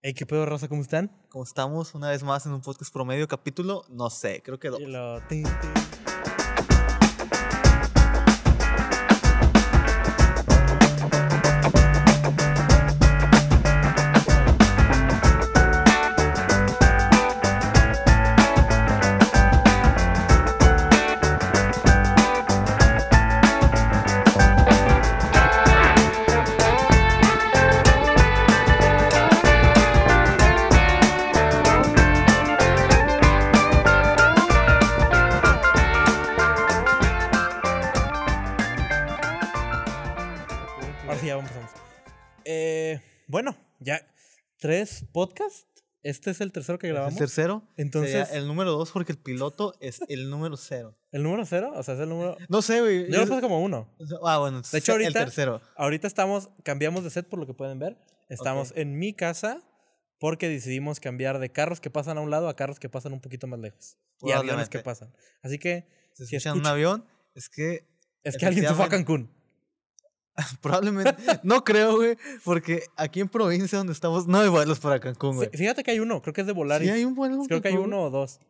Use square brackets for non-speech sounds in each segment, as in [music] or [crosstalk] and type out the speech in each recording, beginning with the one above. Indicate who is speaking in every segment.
Speaker 1: Hey, ¿qué pedo, raza? ¿Cómo están?
Speaker 2: Como estamos una vez más en un podcast promedio, capítulo, no sé, creo que dos.
Speaker 1: Y lo- ti, ti. Ahora sí, ya vamos. vamos. Eh, bueno, ya tres podcasts. Este es el tercero que
Speaker 2: el
Speaker 1: grabamos. El,
Speaker 2: tercero.
Speaker 1: Entonces-
Speaker 2: sería el número dos, porque el piloto es el número cero.
Speaker 1: número cero, o sea, es el
Speaker 2: [laughs]
Speaker 1: número...
Speaker 2: No sé, güey.
Speaker 1: Yo lo
Speaker 2: es-
Speaker 1: puse como uno.
Speaker 2: Ah, bueno, entonces
Speaker 1: De hecho,
Speaker 2: el
Speaker 1: ahorita-
Speaker 2: tercero.
Speaker 1: Ahorita estamos, cambiamos de set por lo que pueden ver. Estamos en mi casa porque decidimos cambiar de carros que pasan a un lado a carros que pasan un poquito más lejos. Y aviones que
Speaker 2: Probablemente.
Speaker 1: pasan. Así que
Speaker 2: Se
Speaker 1: si
Speaker 2: escucha en un
Speaker 1: escucha-
Speaker 2: avión, es que [laughs]
Speaker 1: es que alguien se fue a
Speaker 2: Efectivamente.
Speaker 1: Cancún.
Speaker 2: probablemente. no creo, güey, porque aquí en provincia donde estamos no hay vuelos para Cancún, güey.
Speaker 1: Fí- Fíjate que hay uno, creo que es de
Speaker 2: Sí,
Speaker 1: Volaris.
Speaker 2: hay un vuelo.
Speaker 1: Pues Creo que hay
Speaker 2: Cancún?
Speaker 1: uno o dos.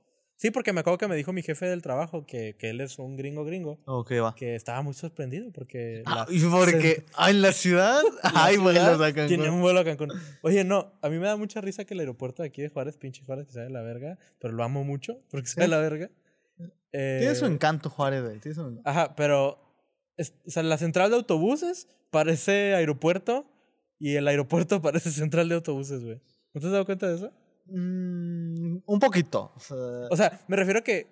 Speaker 1: Sí, porque me acuerdo que me dijo mi jefe del trabajo que, que él es un gringo gringo,
Speaker 2: Ok, va.
Speaker 1: que estaba muy sorprendido porque
Speaker 2: Ah,
Speaker 1: la-
Speaker 2: y porque ah, en la ciudad
Speaker 1: [laughs] la
Speaker 2: hay
Speaker 1: ciudad
Speaker 2: vuelos a Cancún.
Speaker 1: tiene un vuelo a Cancún. Oye, no, a mí me da mucha risa que el aeropuerto de aquí de Juárez, pinche Juárez, que sabe la verga, pero lo amo mucho porque sabe la verga. Eh,
Speaker 2: Tiene su encanto, Juárez, güey. tiene su encanto.
Speaker 1: Ajá, pero es- o sea, la central de autobuses parece aeropuerto y el aeropuerto [laughs] parece central de autobuses, güey. ¿No te has dado cuenta de eso?
Speaker 2: Mm, un poquito. o sea,
Speaker 1: O sea, me refiero a que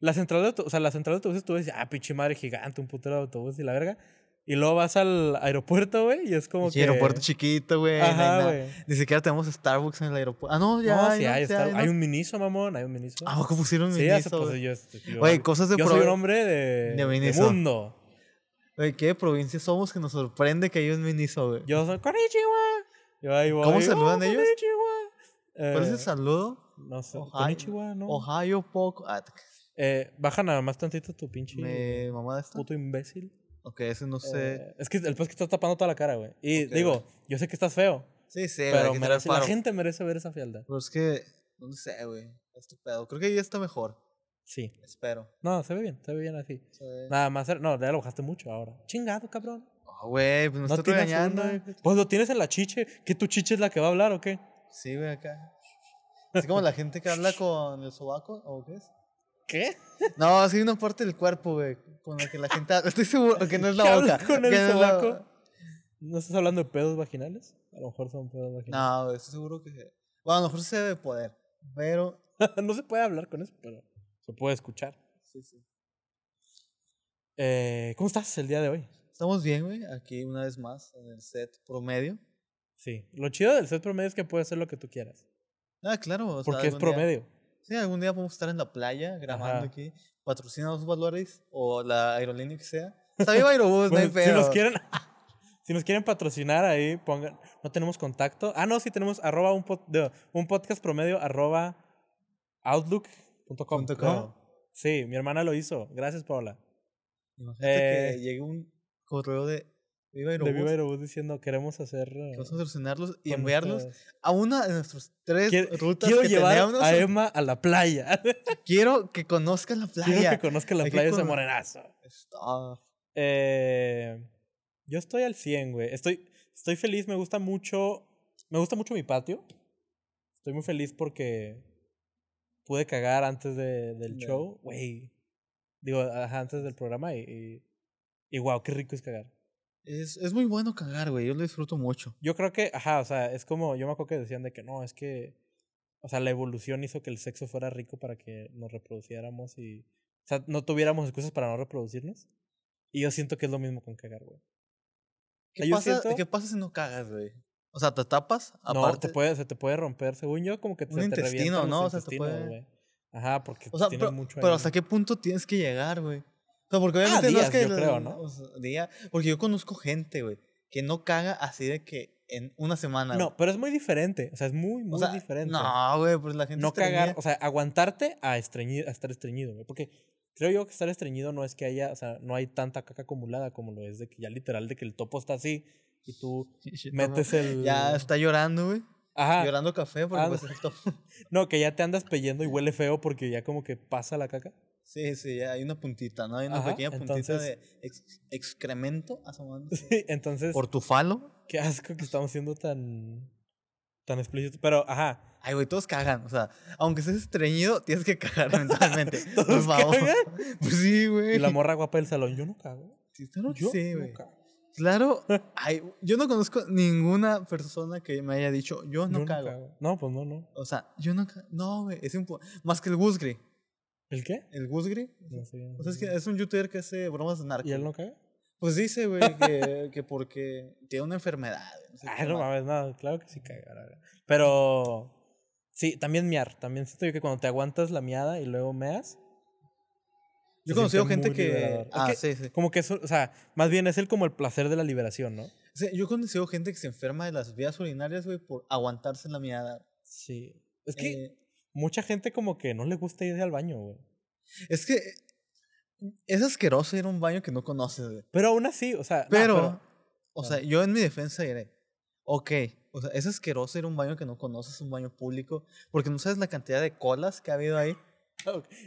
Speaker 1: la central de, auto- o sea, la central de autobuses tú ves, ah, pinche madre gigante, un putero de autobús y la verga. Y luego vas al aeropuerto, güey, y es como
Speaker 2: pinche
Speaker 1: que...
Speaker 2: aeropuerto chiquito, güey. no hay
Speaker 1: Ajá,
Speaker 2: nada.
Speaker 1: güey.
Speaker 2: Ni siquiera tenemos Starbucks en el aeropuerto. Ah, no, ya.
Speaker 1: no,
Speaker 2: hay,
Speaker 1: sí,
Speaker 2: ¿no?
Speaker 1: hay,
Speaker 2: Sí
Speaker 1: está-
Speaker 2: hay, ¿no?
Speaker 1: hay un miniso, mamón, hay un miniso.
Speaker 2: Ah, ¿cómo pusieron
Speaker 1: sí,
Speaker 2: sí,
Speaker 1: hace-
Speaker 2: Miniso,
Speaker 1: pues,
Speaker 2: güey?
Speaker 1: yo, estoy- yo-
Speaker 2: Güey, cosas de
Speaker 1: yo soy un
Speaker 2: pro-
Speaker 1: hombre de, de
Speaker 2: Miniso.
Speaker 1: mundo.
Speaker 2: Güey, ¿qué provincia somos que nos sorprende que hay un Miniso, güey?
Speaker 1: Yo soy Konnichiwa. Yo ahí voy.
Speaker 2: ¿Cómo saludan ellos?
Speaker 1: Konnichiwa.
Speaker 2: ¿Cuál es
Speaker 1: Eh,
Speaker 2: el saludo?
Speaker 1: No sé,
Speaker 2: Ohio.
Speaker 1: Konnichiwa, no.
Speaker 2: Ohio poco. Ah, t-
Speaker 1: Eh, baja nada más tantito tu pinche
Speaker 2: me mamada esta.
Speaker 1: puto imbécil.
Speaker 2: Ok, ese no sé.
Speaker 1: Eh, es que el pez que está tapando toda la cara, güey. Y
Speaker 2: Ok,
Speaker 1: digo,
Speaker 2: güey.
Speaker 1: yo sé que estás feo,
Speaker 2: sí, sí, güey, hay
Speaker 1: pero
Speaker 2: que
Speaker 1: merece-
Speaker 2: tener
Speaker 1: la
Speaker 2: paro.
Speaker 1: gente merece ver esa fialdad.
Speaker 2: Pero es que, no sé, güey. Este pedo. Creo que ya está mejor.
Speaker 1: Sí.
Speaker 2: Espero.
Speaker 1: No, se ve bien, se ve bien así.
Speaker 2: Sí.
Speaker 1: Nada más, era- no, ya lo bajaste mucho ahora. Chingado, cabrón.
Speaker 2: Ah, güey, pues me
Speaker 1: No
Speaker 2: está
Speaker 1: tienes
Speaker 2: regañando. eh.
Speaker 1: una.
Speaker 2: güey.
Speaker 1: Pues lo tienes en la chiche, que tu chiche es la que va a hablar o qué?
Speaker 2: Sí, güey, acá. Así como la gente que habla con el sobaco, ¿o qué es?
Speaker 1: ¿Qué?
Speaker 2: No, sí, hay una parte del cuerpo, güey, con la que la gente habla. [laughs] Estoy seguro que no es
Speaker 1: ¿Qué
Speaker 2: la
Speaker 1: habla
Speaker 2: boca.
Speaker 1: con el
Speaker 2: que no es la-
Speaker 1: sobaco? ¿No estás hablando de pedos vaginales? A lo mejor son pedos vaginales.
Speaker 2: No, güey, estoy seguro que. Bueno, a lo mejor se debe poder, pero.
Speaker 1: [laughs] No, se puede hablar con eso, pero se puede escuchar.
Speaker 2: Sí, sí.
Speaker 1: Eh, ¿Cómo estás el día de hoy?
Speaker 2: Estamos bien, güey, aquí una vez más en el set promedio.
Speaker 1: Sí. Lo chido del set promedio es que puedes hacer lo que tú quieras.
Speaker 2: Ah, claro, o sea,
Speaker 1: Porque es
Speaker 2: algún día-
Speaker 1: promedio.
Speaker 2: sí, algún día podemos estar en la playa grabando
Speaker 1: Ajá.
Speaker 2: aquí. Patrocinados valores o la aerolínea que sea. Está
Speaker 1: [laughs]
Speaker 2: vivo Aerobús, no hay
Speaker 1: Bueno, Pues, si nos
Speaker 2: pedo.
Speaker 1: quieren si nos quieren patrocinar ahí pongan no tenemos contacto ah no sí tenemos arroba un, pod- de- un podcast promedio arroba outlook.com
Speaker 2: Punto
Speaker 1: ¿no?
Speaker 2: com.
Speaker 1: sí mi hermana lo hizo gracias Paola
Speaker 2: Imagínate
Speaker 1: Eh,
Speaker 2: que llegue un correo de Viva
Speaker 1: de
Speaker 2: Aerobús.
Speaker 1: Viva Aerobús diciendo queremos hacer eh,
Speaker 2: que Vamos a patrocinarlos y
Speaker 1: con
Speaker 2: enviarlos
Speaker 1: nuestras-
Speaker 2: a una de nuestras tres
Speaker 1: Quiero,
Speaker 2: rutas
Speaker 1: quiero
Speaker 2: que
Speaker 1: llevar
Speaker 2: tenemos.
Speaker 1: a Emma a la playa [laughs]
Speaker 2: Quiero que conozcan la playa.
Speaker 1: quiero que conozca la
Speaker 2: Hay que
Speaker 1: playa de ese
Speaker 2: cono-
Speaker 1: morenazo
Speaker 2: Está-
Speaker 1: Eh, yo estoy al 100, güey. Estoy, estoy feliz, me gusta mucho. Me gusta mucho mi patio. Estoy muy feliz porque pude cagar antes de- del
Speaker 2: Ya.
Speaker 1: show, güey. Digo, ajá, antes del programa y, y, wow, qué rico es cagar.
Speaker 2: Es, es muy bueno cagar, güey. Yo lo disfruto mucho.
Speaker 1: Yo creo que, ajá, o sea, es como, yo me acuerdo que decían de que no, es que, o sea, la evolución hizo que el sexo fuera rico para que nos reproduciéramos y, o sea, no tuviéramos excusas para no reproducirnos. Y yo siento que es lo mismo con cagar, güey.
Speaker 2: ¿Qué,
Speaker 1: Ah, Yo
Speaker 2: pasa,
Speaker 1: siento-
Speaker 2: ¿Qué pasa si no cagas, güey? O sea, te tapas,
Speaker 1: No,
Speaker 2: aparte.
Speaker 1: te puede, se te puede romper, según yo, como que
Speaker 2: Un
Speaker 1: se te
Speaker 2: intestino,
Speaker 1: revientan
Speaker 2: ¿no?
Speaker 1: los
Speaker 2: O sea, te
Speaker 1: intestinos,
Speaker 2: puede-
Speaker 1: güey. Ajá, porque
Speaker 2: o sea,
Speaker 1: tienes
Speaker 2: pero,
Speaker 1: mucho
Speaker 2: pero
Speaker 1: ahí.
Speaker 2: ¿hasta qué punto tienes que llegar, güey? O sea, porque obviamente no
Speaker 1: Ah, días,
Speaker 2: es que.
Speaker 1: yo creo, ¿no?
Speaker 2: o sea, día- porque yo conozco gente, güey, que no caga así de que en una semana.
Speaker 1: No,
Speaker 2: güey.
Speaker 1: pero es muy diferente, o sea, es muy, muy
Speaker 2: o sea,
Speaker 1: diferente.
Speaker 2: No, güey, pues la gente.
Speaker 1: No cagar,
Speaker 2: estreñida-
Speaker 1: o sea, aguantarte a, estreñir, a estar estreñido, güey, porque creo yo que estar estreñido no es que haya, o sea, no hay tanta caca acumulada como lo es de que ya literal de que el topo está así y tú
Speaker 2: [laughs] Sí, sí, no, no.
Speaker 1: metes el...
Speaker 2: Ya está llorando, güey.
Speaker 1: Ajá.
Speaker 2: Llorando café porque
Speaker 1: Ah,
Speaker 2: pues el top.
Speaker 1: No, que ya te andas peyendo y huele feo porque ya como que pasa la caca. [laughs]
Speaker 2: Sí, sí, ya hay una puntita, ¿no? Hay una
Speaker 1: Ajá,
Speaker 2: pequeña puntita
Speaker 1: entonces-
Speaker 2: de ex- excremento
Speaker 1: [laughs]
Speaker 2: asomándose.
Speaker 1: Sí, entonces,
Speaker 2: ¿Por tu falo?
Speaker 1: qué asco que estamos siendo tan tan explícitos, pero ajá.
Speaker 2: Ay, güey, todos cagan. O sea, aunque estés estreñido, tienes que cagar [laughs] mentalmente.
Speaker 1: [laughs]
Speaker 2: por
Speaker 1: ¿Todos
Speaker 2: favor.
Speaker 1: cagan?
Speaker 2: [laughs] Pues sí, güey.
Speaker 1: Y la morra guapa del salón, yo no cago.
Speaker 2: Sí, claro que
Speaker 1: Yo
Speaker 2: sí,
Speaker 1: no
Speaker 2: güey.
Speaker 1: cago. [laughs]
Speaker 2: Claro, ay, yo no conozco ninguna persona que me haya dicho, yo no
Speaker 1: Yo no
Speaker 2: cago.
Speaker 1: cago. No, pues no, no.
Speaker 2: O sea, yo no cago. No, güey, es impo- Más que el Gusgri.
Speaker 1: ¿El qué?
Speaker 2: ¿El Gusgri?
Speaker 1: No sé.
Speaker 2: O sea, es que es un youtuber que hace bromas de narco.
Speaker 1: Mm. ¿Y él no caga?
Speaker 2: Pues dice, güey, que, que porque tiene una enfermedad. güey,
Speaker 1: [laughs]
Speaker 2: sé
Speaker 1: Ah,
Speaker 2: qué
Speaker 1: no
Speaker 2: madre.
Speaker 1: mames, no, claro que sí caga. la verdad. Pero sí, también miar. También siento yo que cuando te aguantas la miada y luego meas.
Speaker 2: Yo
Speaker 1: se
Speaker 2: he conocido
Speaker 1: siente
Speaker 2: gente
Speaker 1: muy
Speaker 2: que.
Speaker 1: liberador.
Speaker 2: Ah,
Speaker 1: Es que
Speaker 2: sí, sí.
Speaker 1: Como que eso, o sea, más bien es el como el placer de la liberación, ¿no?
Speaker 2: O sea, yo he conocido gente que se enferma de las vías urinarias, güey, por aguantarse la mirada.
Speaker 1: Sí. Es que
Speaker 2: Eh,
Speaker 1: mucha gente como que no le gusta irse al baño, güey.
Speaker 2: es que eh, es asqueroso ir a un baño que no conoces, güey.
Speaker 1: Pero aún así, o sea, no,
Speaker 2: Pero, o sea,
Speaker 1: Ajá.
Speaker 2: yo en mi defensa diré, ok, o sea, es asqueroso ir a un baño que no conoces, un baño público, porque no sabes la cantidad de colas que ha habido ahí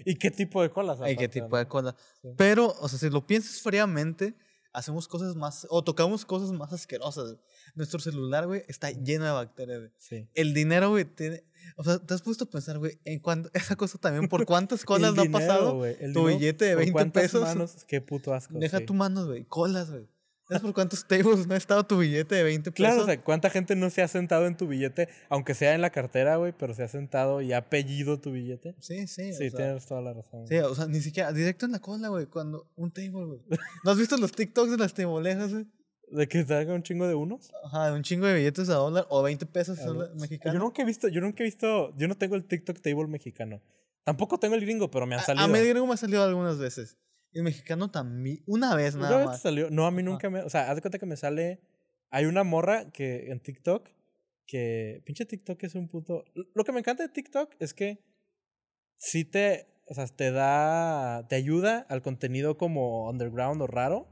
Speaker 1: ¿y qué tipo de colas?
Speaker 2: y qué
Speaker 1: aparte,
Speaker 2: tipo de
Speaker 1: no?
Speaker 2: colas.
Speaker 1: Sí.
Speaker 2: Pero, o sea, si lo piensas fríamente, hacemos cosas más, o tocamos cosas más asquerosas. güey. Nuestro celular, güey, está lleno de bacterias, güey.
Speaker 1: Sí.
Speaker 2: El dinero, güey, tiene... O sea, ¿te has puesto a pensar, güey, en cuánto... [laughs] Esa cosa también, ¿por cuántas
Speaker 1: [laughs]
Speaker 2: colas
Speaker 1: El
Speaker 2: no ha
Speaker 1: dinero,
Speaker 2: pasado?
Speaker 1: güey, el
Speaker 2: tu
Speaker 1: dinero
Speaker 2: billete de
Speaker 1: por
Speaker 2: 20
Speaker 1: cuántas
Speaker 2: pesos.
Speaker 1: manos, qué puto asco.
Speaker 2: [laughs] Deja
Speaker 1: sí.
Speaker 2: tu mano, güey, colas, güey. ¿Sabes por cuántos tables no ha estado tu billete de 20 pesos?
Speaker 1: Claro, o sea, ¿cuánta gente no se ha sentado en tu billete, aunque sea en la cartera, güey, pero se ha sentado y ha apellido tu billete?
Speaker 2: Sí, sí.
Speaker 1: Sí,
Speaker 2: o sea,
Speaker 1: tienes toda la razón.
Speaker 2: sí,
Speaker 1: güey.
Speaker 2: o sea, ni siquiera directo en la cola, güey. Cuando un table, güey. ¿No has visto los TikToks de las tebolejas, güey?
Speaker 1: De que salga un chingo de unos.
Speaker 2: Ajá, de un chingo de billetes a dólar o 20 pesos
Speaker 1: Ah,
Speaker 2: a dólar
Speaker 1: güey.
Speaker 2: mexicano.
Speaker 1: Yo nunca he visto, yo nunca he visto, yo no tengo el TikTok table mexicano. Tampoco tengo el gringo, pero me han
Speaker 2: A-
Speaker 1: salido.
Speaker 2: A, mí gringo me ha salido algunas veces. El mexicano también. Una vez
Speaker 1: ¿Nunca
Speaker 2: nada
Speaker 1: te
Speaker 2: más.
Speaker 1: salió? No, a mí
Speaker 2: Ajá.
Speaker 1: nunca me. O sea, haz de cuenta que me sale. Hay una morra que en TikTok. Que. Pinche TikTok es un puto. Lo que me encanta de TikTok es que. Sí te. O sea, te da. Te ayuda al contenido como underground o raro.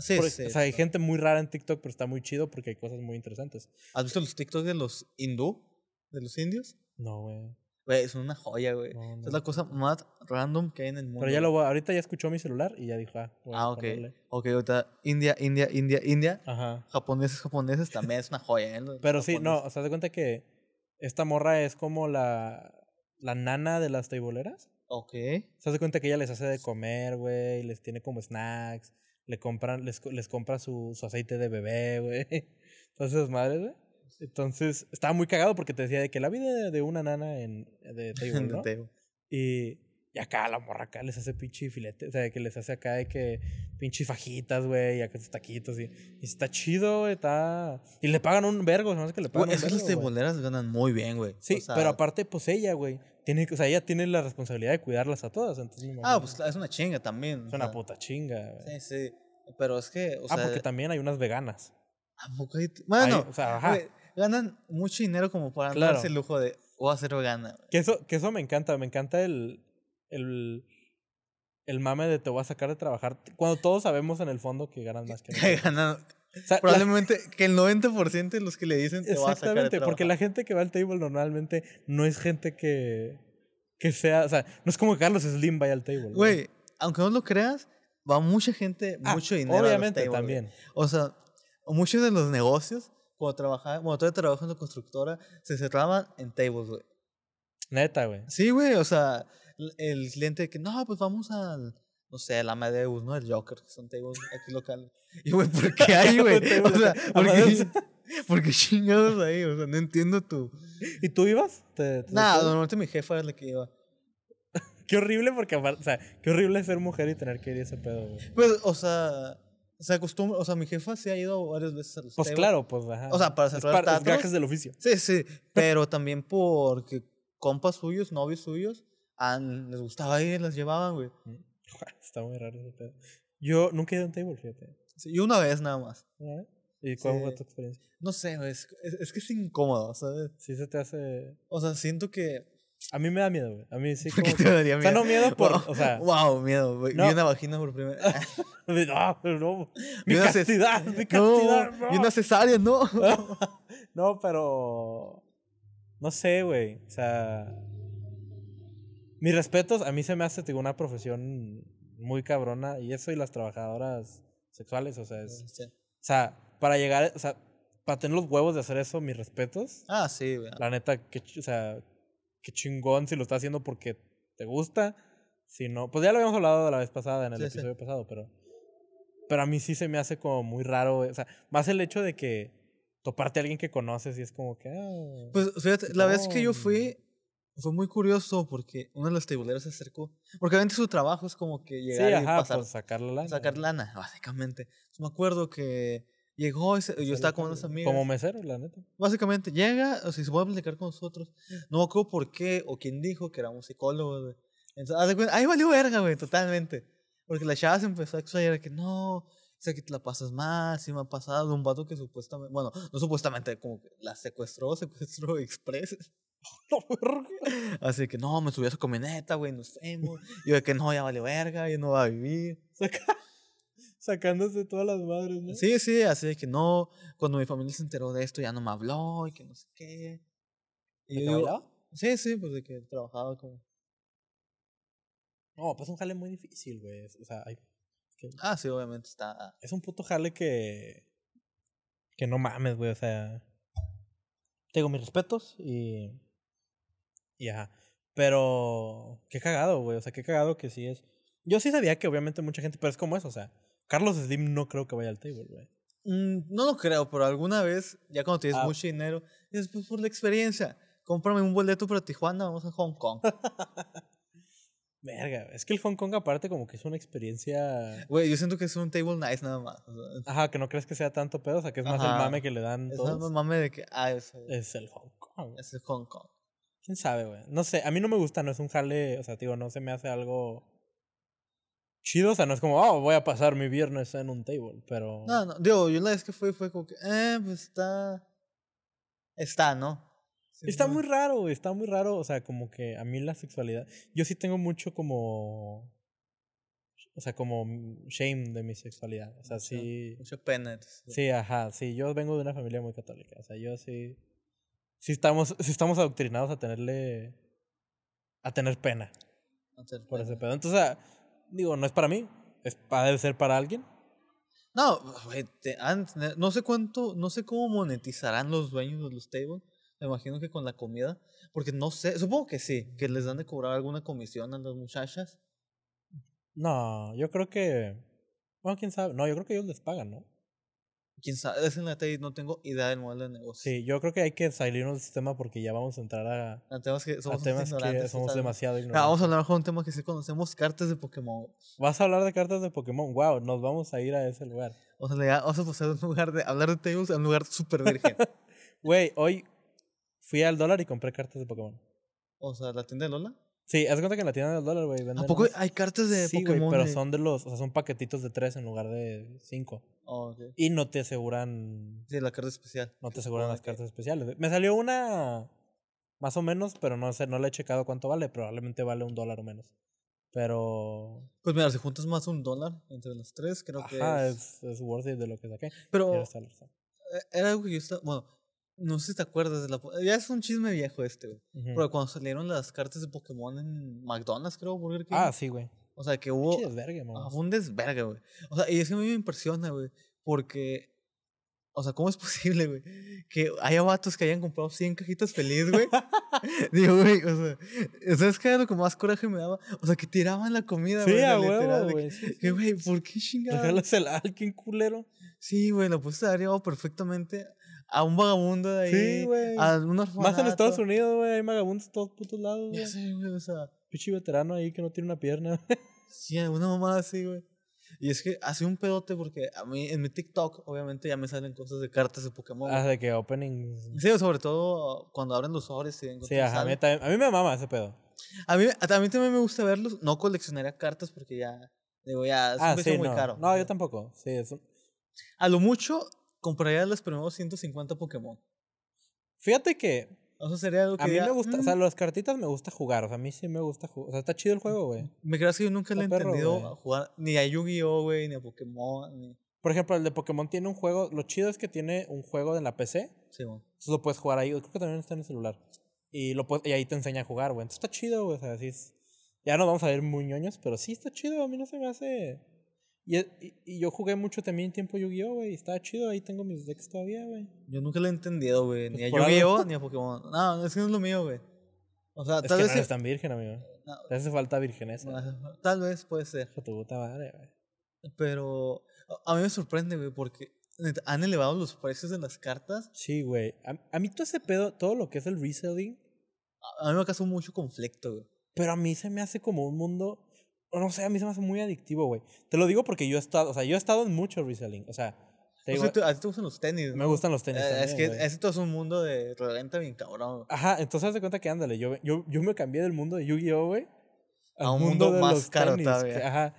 Speaker 2: Sí,
Speaker 1: Por-
Speaker 2: sí.
Speaker 1: o sea, hay gente muy rara en TikTok, pero está muy chido porque hay cosas muy interesantes.
Speaker 2: ¿Has visto los TikToks de los hindú? ¿De los indios?
Speaker 1: No, güey.
Speaker 2: Güey, son una joya, güey.
Speaker 1: No,
Speaker 2: Es
Speaker 1: no.
Speaker 2: la cosa más random que hay en el mundo.
Speaker 1: Pero ya lo voy. Ahorita ya escuchó mi celular y ya dijo, ah, voy a
Speaker 2: Ah, ok.
Speaker 1: ponerle.
Speaker 2: Ok, ahorita India, India, India, India.
Speaker 1: Ajá.
Speaker 2: Japoneses, japoneses también es una joya, ¿eh? Los
Speaker 1: Pero sí, no,
Speaker 2: japoneses.
Speaker 1: o sea, haz de cuenta que. Esta morra es como la. La nana de las teiboleras.
Speaker 2: Ok.
Speaker 1: Se hace cuenta que ella les hace de comer, güey, les tiene como snacks, le compran, les, co- les compra su, su aceite de bebé, güey. [laughs] Entonces, madre, güey. Entonces, estaba muy cagado porque te decía de que la vida de, de una nana en, de table,
Speaker 2: De
Speaker 1: ¿no?
Speaker 2: Teo.
Speaker 1: Y, y acá la morra acá les hace pinche filete, o sea, que les hace acá de que pinche fajitas, güey, y acá sus taquitos. Y, y está chido, güey, está... Y le pagan un vergo, no sé que le pagan
Speaker 2: Güey, es
Speaker 1: un
Speaker 2: que las
Speaker 1: vergo, güey.
Speaker 2: teboleras ganan muy bien, güey.
Speaker 1: Sí,
Speaker 2: O sea,
Speaker 1: pero aparte, pues ella, güey, tiene, o sea, ella tiene la responsabilidad de cuidarlas a todas, entonces... me
Speaker 2: Ah,
Speaker 1: imagino-
Speaker 2: pues claro, es una chinga también. o
Speaker 1: es una
Speaker 2: sea,
Speaker 1: puta chinga, güey.
Speaker 2: Sí, sí. Pero es que, o
Speaker 1: ah,
Speaker 2: sea.
Speaker 1: porque también hay unas veganas.
Speaker 2: ¿a poco hay- Bueno,
Speaker 1: Hay- o sea, ajá.
Speaker 2: güey, ganan mucho dinero como para
Speaker 1: Claro.
Speaker 2: darse el lujo de. O hacer vegana. güey.
Speaker 1: Que eso, que eso me encanta, me encanta el, el, el mame de te voy a sacar de trabajar. Cuando todos sabemos en el fondo que ganan más que
Speaker 2: Que
Speaker 1: nosotros.
Speaker 2: [laughs] ganan.
Speaker 1: O sea, la-
Speaker 2: Probablemente que el 90% de los que le dicen te va a sacar de
Speaker 1: exactamente, porque la
Speaker 2: trabajar.
Speaker 1: gente que va al table normalmente no es gente que, que sea, o sea, no es como que Carlos Slim vaya al table.
Speaker 2: Güey, aunque no lo creas, va mucha gente,
Speaker 1: Ah,
Speaker 2: mucho dinero. a los
Speaker 1: Obviamente
Speaker 2: tables, güey.
Speaker 1: también.
Speaker 2: O sea, muchos de los negocios, cuando trabajaba, cuando todavía trabajaba en la constructora, se cerraban en tables, güey.
Speaker 1: Neta, güey.
Speaker 2: Sí, güey, o sea, l- el cliente que, no, pues vamos al, no sé, al Amadeus, ¿no? El Joker, que son tables aquí locales. Y, güey, ¿por
Speaker 1: [laughs]
Speaker 2: qué hay, güey? O
Speaker 1: Tables,
Speaker 2: sea, ¿por
Speaker 1: Amadeus.
Speaker 2: qué, [laughs] por qué chingados ahí? O sea, no entiendo tú.
Speaker 1: ¿Y tú ibas? ¿Te- te
Speaker 2: Nada,
Speaker 1: tocó?
Speaker 2: normalmente mi jefa es la que iba.
Speaker 1: Qué horrible porque, apar- o sea, qué horrible ser mujer y tener que ir a ese pedo, güey.
Speaker 2: Pues, o sea, se acostumbra, o sea, mi jefa sí ha ido varias veces a los
Speaker 1: Pues
Speaker 2: tables.
Speaker 1: claro, pues ajá.
Speaker 2: O sea, para
Speaker 1: es,
Speaker 2: cerrar
Speaker 1: par- es
Speaker 2: teatros.
Speaker 1: gajes del oficio. [laughs]
Speaker 2: Sí, sí, pero también porque compas suyos, novios suyos, han- les gustaba ir y las llevaban, güey.
Speaker 1: Está muy raro ese pedo. Yo nunca he ido a un table, fíjate.
Speaker 2: Sí, y una vez nada más.
Speaker 1: ¿Una vez? ¿Y cuál fue
Speaker 2: Sí.
Speaker 1: tu experiencia?
Speaker 2: No sé, güey, es, es- es que es incómodo, ¿sabes?
Speaker 1: Sí se te hace...
Speaker 2: O sea, siento que...
Speaker 1: A mí me da miedo, güey. A mí sí
Speaker 2: [laughs] ¿Por qué
Speaker 1: como... [laughs]
Speaker 2: te
Speaker 1: que-
Speaker 2: daría
Speaker 1: O
Speaker 2: miedo?
Speaker 1: sea, no miedo por...
Speaker 2: Wow,
Speaker 1: O sea...
Speaker 2: wow, miedo, güey.
Speaker 1: no.
Speaker 2: Vi una vagina
Speaker 1: [laughs]
Speaker 2: por primera vez.
Speaker 1: No, no. Mi
Speaker 2: Yo no sé-
Speaker 1: castidad, mi
Speaker 2: [laughs] no,
Speaker 1: castidad, [laughs]
Speaker 2: y
Speaker 1: no.
Speaker 2: una cesárea, no.
Speaker 1: No, pero... No sé, güey. O sea. Mis respetos, a mí se me hace tipo, una profesión muy cabrona. Y eso y las trabajadoras sexuales, o sea, es.
Speaker 2: Sí.
Speaker 1: O sea, para llegar. O sea, para tener los huevos de hacer eso, mis respetos.
Speaker 2: Ah, sí, güey.
Speaker 1: La neta, que, o sea, qué chingón si lo estás haciendo porque te gusta. Si no, pues ya lo habíamos hablado la vez pasada, en el
Speaker 2: Sí, sí.
Speaker 1: episodio pasado, pero. Pero a mí sí se me hace como muy raro. O sea, más el hecho de que toparte a alguien que conoces y es como que. ah,
Speaker 2: Pues fíjate, la vez que yo
Speaker 1: No.
Speaker 2: fui fue muy curioso porque uno de los tibuleros se acercó. Porque obviamente su trabajo es como que
Speaker 1: sí,
Speaker 2: llegar y
Speaker 1: ajá,
Speaker 2: pasar,
Speaker 1: pues sacar la lana.
Speaker 2: sacar lana, [laughs] básicamente. Entonces, me acuerdo que llegó, y se- yo estaba con unos amigos.
Speaker 1: Como mesero, la neta. [laughs]
Speaker 2: Básicamente llega, o sea, se puede platicar con nosotros. No me acuerdo por qué o quién dijo que era un psicólogo. güey. Entonces, haz de cuenta, ahí valió verga, güey, totalmente. Porque la chava se empezó a explayar que no, o sea, que te la pasas mal, si me ha pasado un vato que supuestamente, bueno, no supuestamente, como que la secuestró, [laughs] secuestró express. Así que no, me subí a su camioneta, güey, nos fuimos. Yo de que no, ya valió verga, ya no va a vivir.
Speaker 1: Saca- Sacándose todas las madres, ¿no?
Speaker 2: Sí, sí, así de que no, cuando mi familia se enteró de esto ya no me habló y que no sé qué.
Speaker 1: ¿De que
Speaker 2: Y yo digo,
Speaker 1: bailaba?
Speaker 2: Sí, sí, pues de que trabajaba como.
Speaker 1: No, pues es un jale muy difícil, güey. O sea, hay-
Speaker 2: Ah, sí, obviamente está.
Speaker 1: es un puto jale que. Que no mames, güey. O sea. Tengo mis respetos y. Y ajá. Pero. Qué cagado, güey. O sea, qué cagado que sí es. Yo sí sabía que obviamente mucha gente, pero es como eso, o sea. Carlos Slim no creo que vaya al table, güey.
Speaker 2: Mm, no lo creo, pero alguna vez, ya cuando tienes
Speaker 1: Ah.
Speaker 2: mucho dinero, es pues por la experiencia. Cómprame un boleto para Tijuana, vamos a Hong [laughs] Kong.
Speaker 1: Verga, es que el Hong Kong aparte como que es una experiencia...
Speaker 2: Güey, yo siento que es un table nice nada más. o sea,
Speaker 1: Ajá, que no crees que sea tanto pedo, o sea, que es más el
Speaker 2: Ajá.
Speaker 1: mame que le dan
Speaker 2: es
Speaker 1: todos.
Speaker 2: más mame de que, ah, es,
Speaker 1: Es el Hong Kong. güey.
Speaker 2: es el Hong Kong.
Speaker 1: ¿Quién sabe, güey? No sé, a mí no me gusta, no es un jale, o sea, digo, no se me hace algo chido, o sea, no es como, oh, voy a pasar mi viernes en un table, pero...
Speaker 2: No, no, digo, yo la vez que fui fue como que, eh, pues está. Está, ¿no? Sí,
Speaker 1: Está
Speaker 2: no.
Speaker 1: muy raro, güey, está muy raro, o sea, como que a mí la sexualidad... Yo sí tengo mucho como... O sea, como shame de mi sexualidad, o sea,
Speaker 2: Mucho-
Speaker 1: sí...
Speaker 2: Mucho pena. entonces,
Speaker 1: Sí, ajá, sí, yo vengo de una familia muy católica, o sea, yo sí, sí estamos, sí estamos adoctrinados a tenerle, a tener pena
Speaker 2: no tener
Speaker 1: por
Speaker 2: pena.
Speaker 1: ese pedo. Entonces, o sea, digo, no es para mí, es para, debe ser para alguien.
Speaker 2: No, güey, te han de tener- no sé cuánto, no sé cómo monetizarán los dueños de los tables. Me imagino que con la comida, porque no sé, supongo que sí, que les dan de cobrar alguna comisión a las muchachas.
Speaker 1: No, yo creo que, bueno, quién sabe, no, yo creo que ellos les pagan, ¿no?
Speaker 2: Quién sabe, es en la tele, no tengo idea del modelo de negocio.
Speaker 1: Sí, yo creo que hay que salirnos del sistema porque ya vamos a entrar a, a
Speaker 2: A temas que somos
Speaker 1: temas que
Speaker 2: ignorantes
Speaker 1: somos
Speaker 2: totalmente.
Speaker 1: demasiado
Speaker 2: Ah, vamos
Speaker 1: ignorantes.
Speaker 2: a hablar mejor de un tema que sí conocemos, cartas de Pokémon.
Speaker 1: Vas a hablar de cartas de Pokémon, wow, nos vamos a ir a ese lugar.
Speaker 2: O sea, le da- vamos a pasar de un lugar de hablar de tables a un lugar súper
Speaker 1: [laughs]
Speaker 2: virgen.
Speaker 1: Güey, hoy fui al dólar y compré cartas de Pokémon.
Speaker 2: o sea, la tienda de Lola.
Speaker 1: Sí, haz de cuenta que en la tienda del dólar, güey, venden.
Speaker 2: ¿A poco
Speaker 1: unos-
Speaker 2: hay cartas de
Speaker 1: Sí, güey,
Speaker 2: Pokémon?
Speaker 1: pero
Speaker 2: de-
Speaker 1: son de los, o sea, son paquetitos de tres en lugar de cinco.
Speaker 2: Oh, ok.
Speaker 1: Y no te aseguran,
Speaker 2: Sí, la carta especial.
Speaker 1: no te aseguran
Speaker 2: supone
Speaker 1: las
Speaker 2: que-
Speaker 1: cartas especiales. güey. Me salió una más o menos, pero no sé, no le he checado cuánto vale, probablemente vale un dólar o menos. Pero,
Speaker 2: Pues mira, si juntas más un dólar entre las tres, creo
Speaker 1: ajá,
Speaker 2: que es...
Speaker 1: es, es worth it de lo que saqué.
Speaker 2: Pero
Speaker 1: Tienes toda la razón.
Speaker 2: eh, era algo que yo estaba... Bueno, no sé si te acuerdas de la... po- Ya es un chisme viejo este, güey.
Speaker 1: Ujú.
Speaker 2: Pero cuando salieron las cartas de Pokémon en McDonald's, creo, Burger King.
Speaker 1: Ah, sí, güey.
Speaker 2: O sea, que hubo...
Speaker 1: Qué desvergue, mamá.
Speaker 2: Ah, fue un desvergue, güey. O sea, y eso a mí me impresiona, güey. Porque... O sea, ¿cómo es [laughs] posible, güey? Que haya vatos que hayan comprado 100 cajitas
Speaker 1: [laughs]
Speaker 2: feliz, güey. Digo, güey, o sea... ¿Sabes qué era lo que más coraje me daba? O sea, que tiraban la comida,
Speaker 1: Sí,
Speaker 2: güey. o sea,
Speaker 1: a
Speaker 2: literal,
Speaker 1: huevo,
Speaker 2: de
Speaker 1: güey. sí,
Speaker 2: Que,
Speaker 1: sí.
Speaker 2: güey, ¿por qué chingados?
Speaker 1: Regálasela a alguien culero.
Speaker 2: Sí, güey, la pudiste haber llevado perfectamente a un vagabundo de ahí.
Speaker 1: Sí, güey.
Speaker 2: A un
Speaker 1: Más
Speaker 2: orfanato.
Speaker 1: en Estados Unidos, güey, hay vagabundos de todos putos lados, güey.
Speaker 2: Ya sé, güey, o sea,
Speaker 1: Pichi veterano ahí que no tiene una pierna.
Speaker 2: [laughs]
Speaker 1: [laughs]
Speaker 2: sí, una mamada así, güey. Y es que hace un pedote porque a mí, en mi TikTok, obviamente ya me salen cosas de cartas de Pokémon.
Speaker 1: Ah,
Speaker 2: güey.
Speaker 1: de que openings.
Speaker 2: Sí, sobre todo cuando abren los sobres y ven
Speaker 1: Sí,
Speaker 2: cuánto
Speaker 1: ajá, a mí,
Speaker 2: sale.
Speaker 1: también- a mí me mama ese pedo.
Speaker 2: A mí, a mí también me gusta verlos. No coleccionaría cartas porque ya, digo, ya es un
Speaker 1: ah,
Speaker 2: precio
Speaker 1: sí,
Speaker 2: muy
Speaker 1: no.
Speaker 2: caro.
Speaker 1: No, yo tampoco. Sí, es un-
Speaker 2: A lo mucho, compraría los primeros 150 Pokémon.
Speaker 1: Fíjate que
Speaker 2: Eso sería algo que
Speaker 1: a mí
Speaker 2: diga,
Speaker 1: me gusta, o sea,
Speaker 2: "Mm,
Speaker 1: las cartitas me gusta jugar, o sea, a mí sí me gusta jugar. O sea, está chido el juego, güey.
Speaker 2: Me creas que yo nunca le he
Speaker 1: Está perro,
Speaker 2: entendido
Speaker 1: güey.
Speaker 2: a jugar ni a Yu-Gi-Oh, güey, ni a Pokémon, ni.
Speaker 1: Por ejemplo, el de Pokémon tiene un juego, lo chido es que tiene un juego en la PC,
Speaker 2: Sí, güey.
Speaker 1: entonces lo puedes jugar ahí. Creo que también está en el celular. Y, lo puedes- y ahí te enseña a jugar, güey. Entonces está chido, güey. O sea, así es. Ya nos vamos a ver muy ñoños, pero sí está chido. A mí no se me hace. Y, es- y, y yo jugué mucho también tiempo Yu-Gi-Oh, güey. Y estaba chido. Ahí tengo mis decks todavía, güey.
Speaker 2: Yo nunca lo he entendido, güey. Ni
Speaker 1: Pues
Speaker 2: a
Speaker 1: por algo.
Speaker 2: Yu-Gi-Oh! ni a Pokémon. No, es que no es lo mío, güey. O sea,
Speaker 1: Es
Speaker 2: Ah, tal
Speaker 1: que
Speaker 2: vez.
Speaker 1: no
Speaker 2: sí-
Speaker 1: eres
Speaker 2: [laughs]
Speaker 1: tan virgen, amigo.
Speaker 2: No.
Speaker 1: Te hace falta virgenesa.
Speaker 2: Bueno, Tal vez puede ser.
Speaker 1: Hijo de tu puta madre, güey.
Speaker 2: Pero a- a mí me sorprende, güey, porque neta, han elevado los precios de las cartas.
Speaker 1: Sí, güey. A, a mí todo ese pedo, todo lo que es el reselling,
Speaker 2: A a mí me causa mucho conflicto, güey.
Speaker 1: pero a mí se me hace como un mundo. o No sé, a mí se me hace muy adictivo, güey. Te lo digo porque yo he estado, o sea, yo he estado en mucho reselling. O sea, te
Speaker 2: O
Speaker 1: digo,
Speaker 2: sea, tú- a ti te gustan los tenis.
Speaker 1: me
Speaker 2: ¿no?
Speaker 1: gustan los tenis.
Speaker 2: Eh, es
Speaker 1: también,
Speaker 2: que
Speaker 1: güey.
Speaker 2: ese todo es un mundo de reventa bien cabrón. güey.
Speaker 1: Ajá, entonces haz de cuenta que ándale, yo, yo, yo me cambié del mundo de Yu-Gi-Oh, güey.
Speaker 2: A un mundo más caro
Speaker 1: que-
Speaker 2: todavía.
Speaker 1: ajá,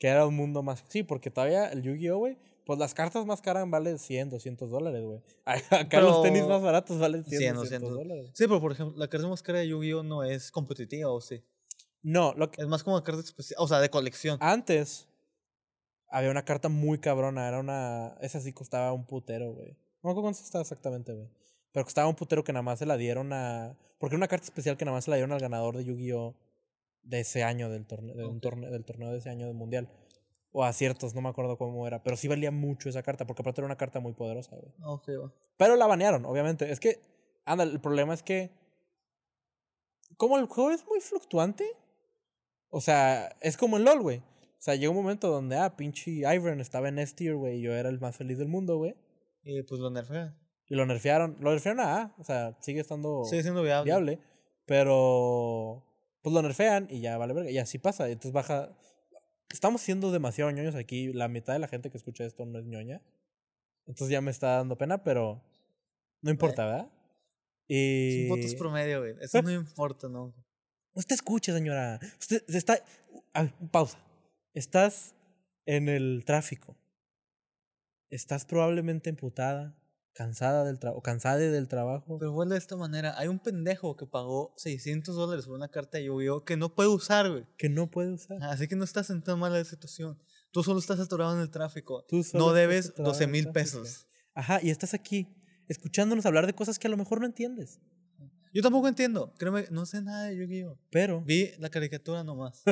Speaker 1: que era un mundo más... Sí, porque todavía el Yu-Gi-Oh, güey, pues las cartas más caras valen 100, 200 dólares, güey. [laughs] Acá los tenis
Speaker 2: Pero-
Speaker 1: más baratos valen 100,
Speaker 2: 100,
Speaker 1: 200
Speaker 2: 200.
Speaker 1: dólares.
Speaker 2: Sí, pero por ejemplo, la carta más cara de Yu-Gi-Oh! no es competitiva, o sí.
Speaker 1: No, lo que...
Speaker 2: Es más como una carta especial, o sea, de colección.
Speaker 1: Antes había una carta muy cabrona, era una... Esa sí costaba un putero, güey. No me acuerdo cuánto costaba exactamente, güey. Pero costaba un putero que nada más se la dieron a... Porque era una carta especial que nada más se la dieron al ganador de Yu-Gi-Oh! de ese año, del torneo, de un
Speaker 2: Ok.
Speaker 1: torne- del torneo de ese año del mundial. O a ciertos, no me acuerdo cómo era. Pero sí valía mucho esa carta, porque aparte era una carta muy poderosa, güey.
Speaker 2: Ok, va.
Speaker 1: Pero la banearon, obviamente. Es que, anda, el problema es que. Como el juego es muy fluctuante. O sea, es como el LOL, güey. O sea, llegó un momento donde, ah, pinche Ivern estaba en S tier, güey, y yo era el más feliz del mundo, güey.
Speaker 2: Y pues lo nerfea.
Speaker 1: Y lo nerfearon. Lo nerfearon a A. O sea, sigue estando
Speaker 2: Sigue siendo viable.
Speaker 1: viable. Pero. Pues lo nerfean y ya vale verga. Y así pasa. y Entonces baja. Estamos siendo demasiado ñoños aquí. La mitad de la gente que escucha esto no es ñoña. Entonces ya me está dando pena, pero. No importa, ¿verdad? Y.
Speaker 2: Son votos promedio, güey. Eso
Speaker 1: [laughs]
Speaker 2: no importa, ¿no?
Speaker 1: Usted escucha, señora. Usted se está. A ver, pausa. Estás en el tráfico. Estás probablemente emputada, cansada del trabajo, cansada del trabajo.
Speaker 2: Pero vuelve de esta manera. Hay un pendejo que pagó 600 dólares por una carta de Yu-Gi-Oh! que no puede usar, güey.
Speaker 1: que no puede usar.
Speaker 2: Así que no estás en tan mala situación. Tú solo estás atorado en el tráfico.
Speaker 1: Tú solo
Speaker 2: No
Speaker 1: estás
Speaker 2: debes
Speaker 1: atorado en
Speaker 2: 12 mil
Speaker 1: tráfico.
Speaker 2: pesos.
Speaker 1: Ajá, y estás aquí, escuchándonos hablar de cosas que a lo mejor no entiendes.
Speaker 2: Yo tampoco entiendo. Créeme, no sé nada de Yu-Gi-Oh!
Speaker 1: Pero,
Speaker 2: Vi la caricatura nomás.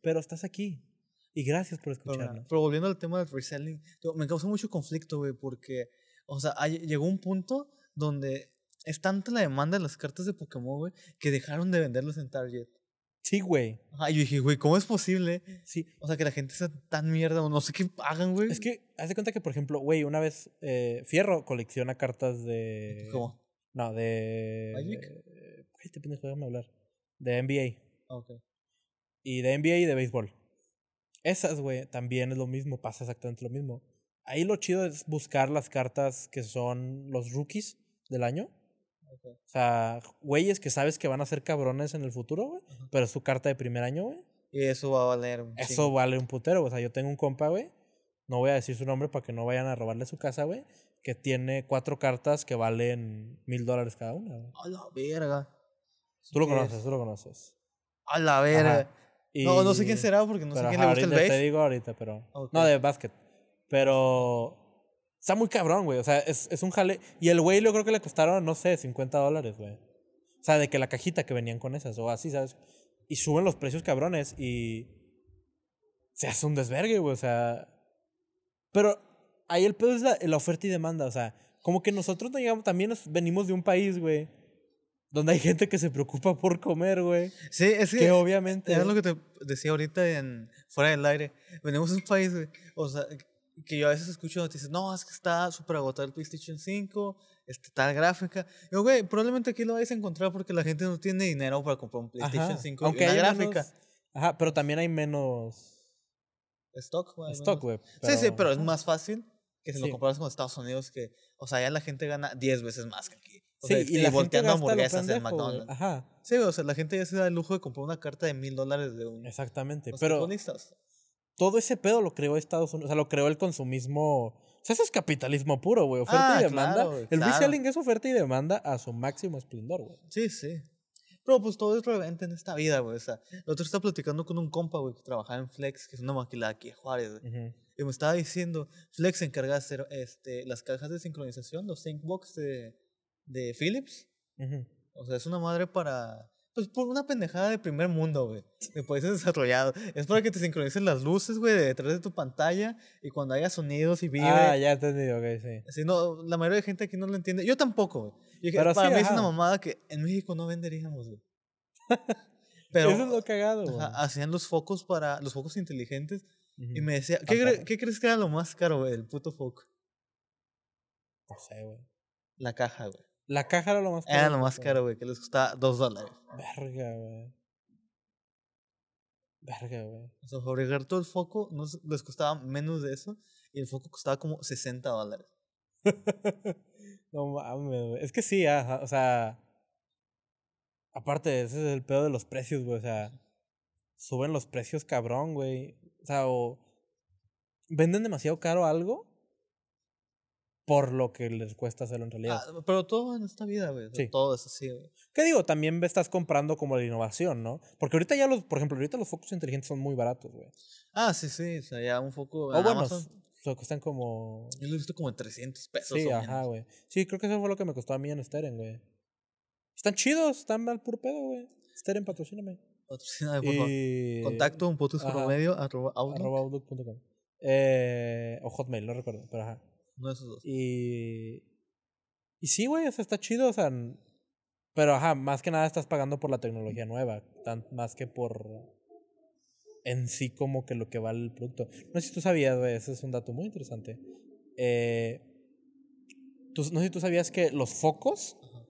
Speaker 1: pero estás aquí. Y gracias por
Speaker 2: Pero,
Speaker 1: escucharnos.
Speaker 2: pero volviendo al tema del reselling, digo, me causó mucho conflicto, güey, porque, o sea, hay- llegó un punto donde es tanta la demanda de las cartas de Pokémon, güey, que dejaron de venderlos en Target.
Speaker 1: Sí, güey.
Speaker 2: Ajá, y yo dije, güey, ¿cómo es posible?
Speaker 1: Sí.
Speaker 2: O sea, que la gente sea tan mierda, o no sé qué hagan, güey.
Speaker 1: Es que, haz de cuenta que, por ejemplo, güey, una vez eh, Fierro colecciona cartas de.
Speaker 2: ¿Cómo?
Speaker 1: No, de.
Speaker 2: ¿Magic?
Speaker 1: eh, Ay, te pendejo, déjame hablar. De NBA.
Speaker 2: Ah, ok.
Speaker 1: Y de NBA y de béisbol. Esas, güey, también es lo mismo, pasa exactamente lo mismo. Ahí lo chido es buscar las cartas que son los rookies del año.
Speaker 2: Ok.
Speaker 1: O sea, güeyes que sabes que van a ser cabrones en el futuro, güey.
Speaker 2: Ajá.
Speaker 1: Pero es su carta de primer año, güey.
Speaker 2: Y eso va a valer. un
Speaker 1: Eso
Speaker 2: chingo.
Speaker 1: vale un putero. güey. O sea, yo tengo un compa, güey. No voy a decir su nombre para que no vayan a robarle su casa, güey. Que tiene cuatro cartas que valen mil dólares cada una, güey.
Speaker 2: A la verga.
Speaker 1: Tú lo
Speaker 2: Sí,
Speaker 1: conoces, tú lo conoces.
Speaker 2: A la verga. No, no sé quién
Speaker 1: Y-
Speaker 2: será porque no sé
Speaker 1: Pero,
Speaker 2: quién le
Speaker 1: ajá,
Speaker 2: gusta el
Speaker 1: ahorita
Speaker 2: base.
Speaker 1: Te digo ahorita, pero.
Speaker 2: Ok.
Speaker 1: No, de básquet. Pero. Está muy cabrón, güey. O sea, es, es un jale. Y el güey, yo creo que le costaron, no sé, 50 dólares, güey. O sea, de que la cajita que venían con esas, o así, ¿sabes? Y suben los precios cabrones y. Se hace un desvergue, güey. O sea. Pero ahí el pedo es la, la oferta y demanda. O sea, como que nosotros no llegamos. También nos- venimos de un país, güey. Donde hay gente que se preocupa por comer, güey.
Speaker 2: Sí, es que.
Speaker 1: Que obviamente.
Speaker 2: Es lo que te decía ahorita en, fuera del aire. Venimos a un país, güey, O sea, que yo a veces escucho noticias. No, es que está súper agotado el PlayStation 5. Este, tal gráfica. Yo, güey, probablemente aquí lo vais a encontrar porque la gente no tiene dinero para comprar un PlayStation
Speaker 1: Ajá,
Speaker 2: 5. Aunque una
Speaker 1: haya
Speaker 2: gráfica.
Speaker 1: menos- ajá, pero también hay menos
Speaker 2: Stock, güey, al
Speaker 1: stock,
Speaker 2: menos.
Speaker 1: güey.
Speaker 2: Sí, sí, pero es más fácil que si
Speaker 1: Sí.
Speaker 2: lo comparas con Estados Unidos. que O sea, allá la gente gana 10 veces más que aquí. O
Speaker 1: Sí,
Speaker 2: sea,
Speaker 1: y, la
Speaker 2: volteando
Speaker 1: gente gasta lo
Speaker 2: hamburguesas en
Speaker 1: pendejo, güey.
Speaker 2: McDonald's.
Speaker 1: Ajá,
Speaker 2: Sí, güey, o sea, la gente ya se da el lujo de comprar una carta de mil dólares de un.
Speaker 1: exactamente.
Speaker 2: los
Speaker 1: Este, pero
Speaker 2: futbolistas.
Speaker 1: todo ese pedo lo creó Estados Unidos. O sea, lo creó el consumismo. O sea, eso es capitalismo puro, güey. Oferta
Speaker 2: Ah,
Speaker 1: y demanda.
Speaker 2: claro, güey,
Speaker 1: el
Speaker 2: claro.
Speaker 1: reselling es oferta y demanda a su máximo esplendor, güey.
Speaker 2: Sí, sí. Pero pues todo es relevante en esta vida, güey. O sea, el otro estaba platicando con un compa, güey, que trabajaba en Flex, que es una maquila aquí de Juárez, güey.
Speaker 1: Ujú.
Speaker 2: Y me estaba diciendo, Flex se encarga de hacer este, las cajas de sincronización, los sync box de, de Philips.
Speaker 1: Ujú.
Speaker 2: O sea, es una madre para. Pues por una pendejada de primer mundo, güey. De países desarrollados. Es para que te sincronicen las luces, güey, de detrás de tu pantalla. Y cuando haya sonidos y vibre.
Speaker 1: Ah, ya entendí, ok, sí.
Speaker 2: Así no, la mayoría de gente aquí no lo entiende. Yo tampoco, güey. Yo dije,
Speaker 1: Pero
Speaker 2: para
Speaker 1: sí,
Speaker 2: mí es
Speaker 1: ajá.
Speaker 2: una mamada que en México no venderíamos,
Speaker 1: [laughs]
Speaker 2: güey. Pero
Speaker 1: Eso es lo cagado, güey.
Speaker 2: ajá, hacían los focos para. los focos inteligentes.
Speaker 1: Ujú.
Speaker 2: Y me decía,
Speaker 1: Ah,
Speaker 2: ¿qué, cre-
Speaker 1: Tampoco.
Speaker 2: qué crees que era lo más caro, güey? El puto foco.
Speaker 1: No sé, güey.
Speaker 2: La caja, güey.
Speaker 1: La caja era lo más
Speaker 2: Era
Speaker 1: que
Speaker 2: lo más
Speaker 1: costaba.
Speaker 2: caro, güey, que les costaba dos dólares.
Speaker 1: Verga, güey. Verga, güey.
Speaker 2: O sea, fabricar todo el foco no s- les costaba menos de eso. Y el foco costaba como 60 dólares.
Speaker 1: [laughs] no mames, güey. Es que sí, ajá, o sea. Aparte, ese es el pedo de los precios, güey. O sea, suben los precios cabrón, güey. O sea, o venden demasiado caro algo por lo que les cuesta hacerlo en realidad.
Speaker 2: Ah, pero todo en esta vida, güey. o sea,
Speaker 1: Sí.
Speaker 2: Todo es así, güey.
Speaker 1: ¿Qué digo? También ve- estás comprando como la innovación, ¿no? Porque ahorita ya los, por ejemplo, ahorita los focos inteligentes son muy baratos, güey.
Speaker 2: Ah, sí, sí. O sea, ya un foco.
Speaker 1: O
Speaker 2: en
Speaker 1: bueno,
Speaker 2: Amazon,
Speaker 1: s- o sea, cuestan como...
Speaker 2: Yo lo he visto como en 300 pesos.
Speaker 1: Sí,
Speaker 2: o
Speaker 1: ajá,
Speaker 2: menos.
Speaker 1: güey. Sí, creo que eso fue lo que me costó a mí en Steren, güey. Están chidos, están al puro pedo, güey. Steren, patrocíname.
Speaker 2: Patrocina, por favor.
Speaker 1: Y...
Speaker 2: Contacto un potus
Speaker 1: Eh, ajá.
Speaker 2: promedio arroba, outlook,
Speaker 1: Arroba outlook.com. Eh, o Hotmail, no recuerdo, pero ajá.
Speaker 2: Uno de esos dos.
Speaker 1: Y... Y sí, güey, o sea, está chido, o sea... n- Pero, ajá, más que nada estás pagando por la tecnología nueva, tan, más que por en sí como que lo que vale el producto. No sé si tú sabías, güey, ese es un dato muy interesante. Eh, tú- no sé si tú sabías que los focos
Speaker 2: Ajá.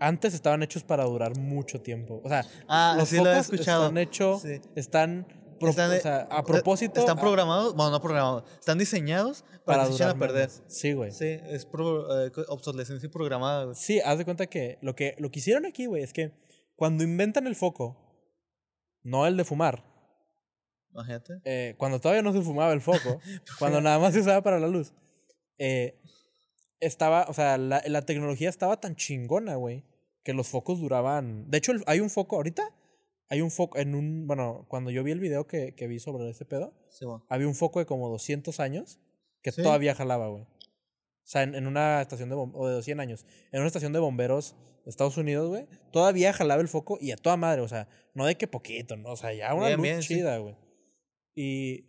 Speaker 1: antes estaban hechos para durar mucho tiempo. O sea,
Speaker 2: Ah,
Speaker 1: los
Speaker 2: sí
Speaker 1: focos
Speaker 2: lo he escuchado.
Speaker 1: están hechos,
Speaker 2: Sí.
Speaker 1: están, pro-
Speaker 2: Están,
Speaker 1: o
Speaker 2: eh,
Speaker 1: sea, a propósito...
Speaker 2: Están
Speaker 1: a-
Speaker 2: programados, bueno, no programados, están diseñados para,
Speaker 1: para
Speaker 2: que se echen
Speaker 1: durar
Speaker 2: a perder.
Speaker 1: menos. Sí, güey.
Speaker 2: Sí, es pro- eh, co- obsolescencia programada, güey.
Speaker 1: Sí, haz de cuenta que lo que, lo que hicieron aquí, güey, es que cuando inventan el foco, no el de fumar,
Speaker 2: Imagínate.
Speaker 1: eh, cuando todavía no se fumaba el foco, cuando nada más se usaba para la luz, eh, estaba, o sea, la, la tecnología estaba tan chingona, güey, que los focos duraban. De hecho, el- hay un foco ahorita, hay un foco en un, bueno, cuando yo vi el video que, que vi sobre ese pedo,
Speaker 2: Sí, bueno. [laughs]
Speaker 1: había un foco de como 200 años que
Speaker 2: Sí.
Speaker 1: todavía jalaba, güey. O sea, en, en una estación de bom- o de 100 años, en una estación de bomberos de Estados Unidos, güey, todavía jalaba el foco y a toda madre, o sea, no de que poquito, no, o sea, ya una
Speaker 2: Bien,
Speaker 1: luz
Speaker 2: bien, sí.
Speaker 1: chida, güey. Y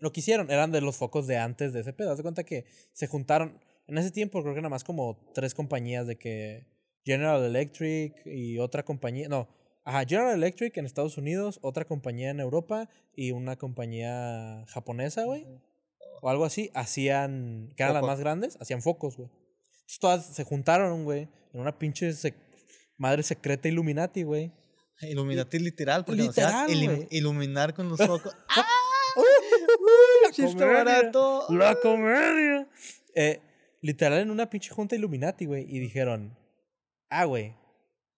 Speaker 1: lo que hicieron eran de los focos de antes de ese pedo. Haz de cuenta que se juntaron en ese tiempo creo que nada más como tres compañías de que General Electric y otra compañía, no, ajá, General Electric en Estados Unidos, otra compañía en Europa y una compañía japonesa, güey, o algo así, hacían, que eran las
Speaker 2: Focos.
Speaker 1: más grandes, hacían focos, güey. Entonces todas se juntaron, güey, en una pinche sec- madre secreta Illuminati, güey.
Speaker 2: Iluminati literal, porque nos
Speaker 1: literal,
Speaker 2: iban a ilim-
Speaker 1: güey.
Speaker 2: iluminar
Speaker 1: [laughs]
Speaker 2: con los ojos. ¡Ah! ¡Chiste
Speaker 1: comedia.
Speaker 2: barato!
Speaker 1: La comedia. Eh, literal en una pinche junta Illuminati, güey. Y dijeron, ah, güey,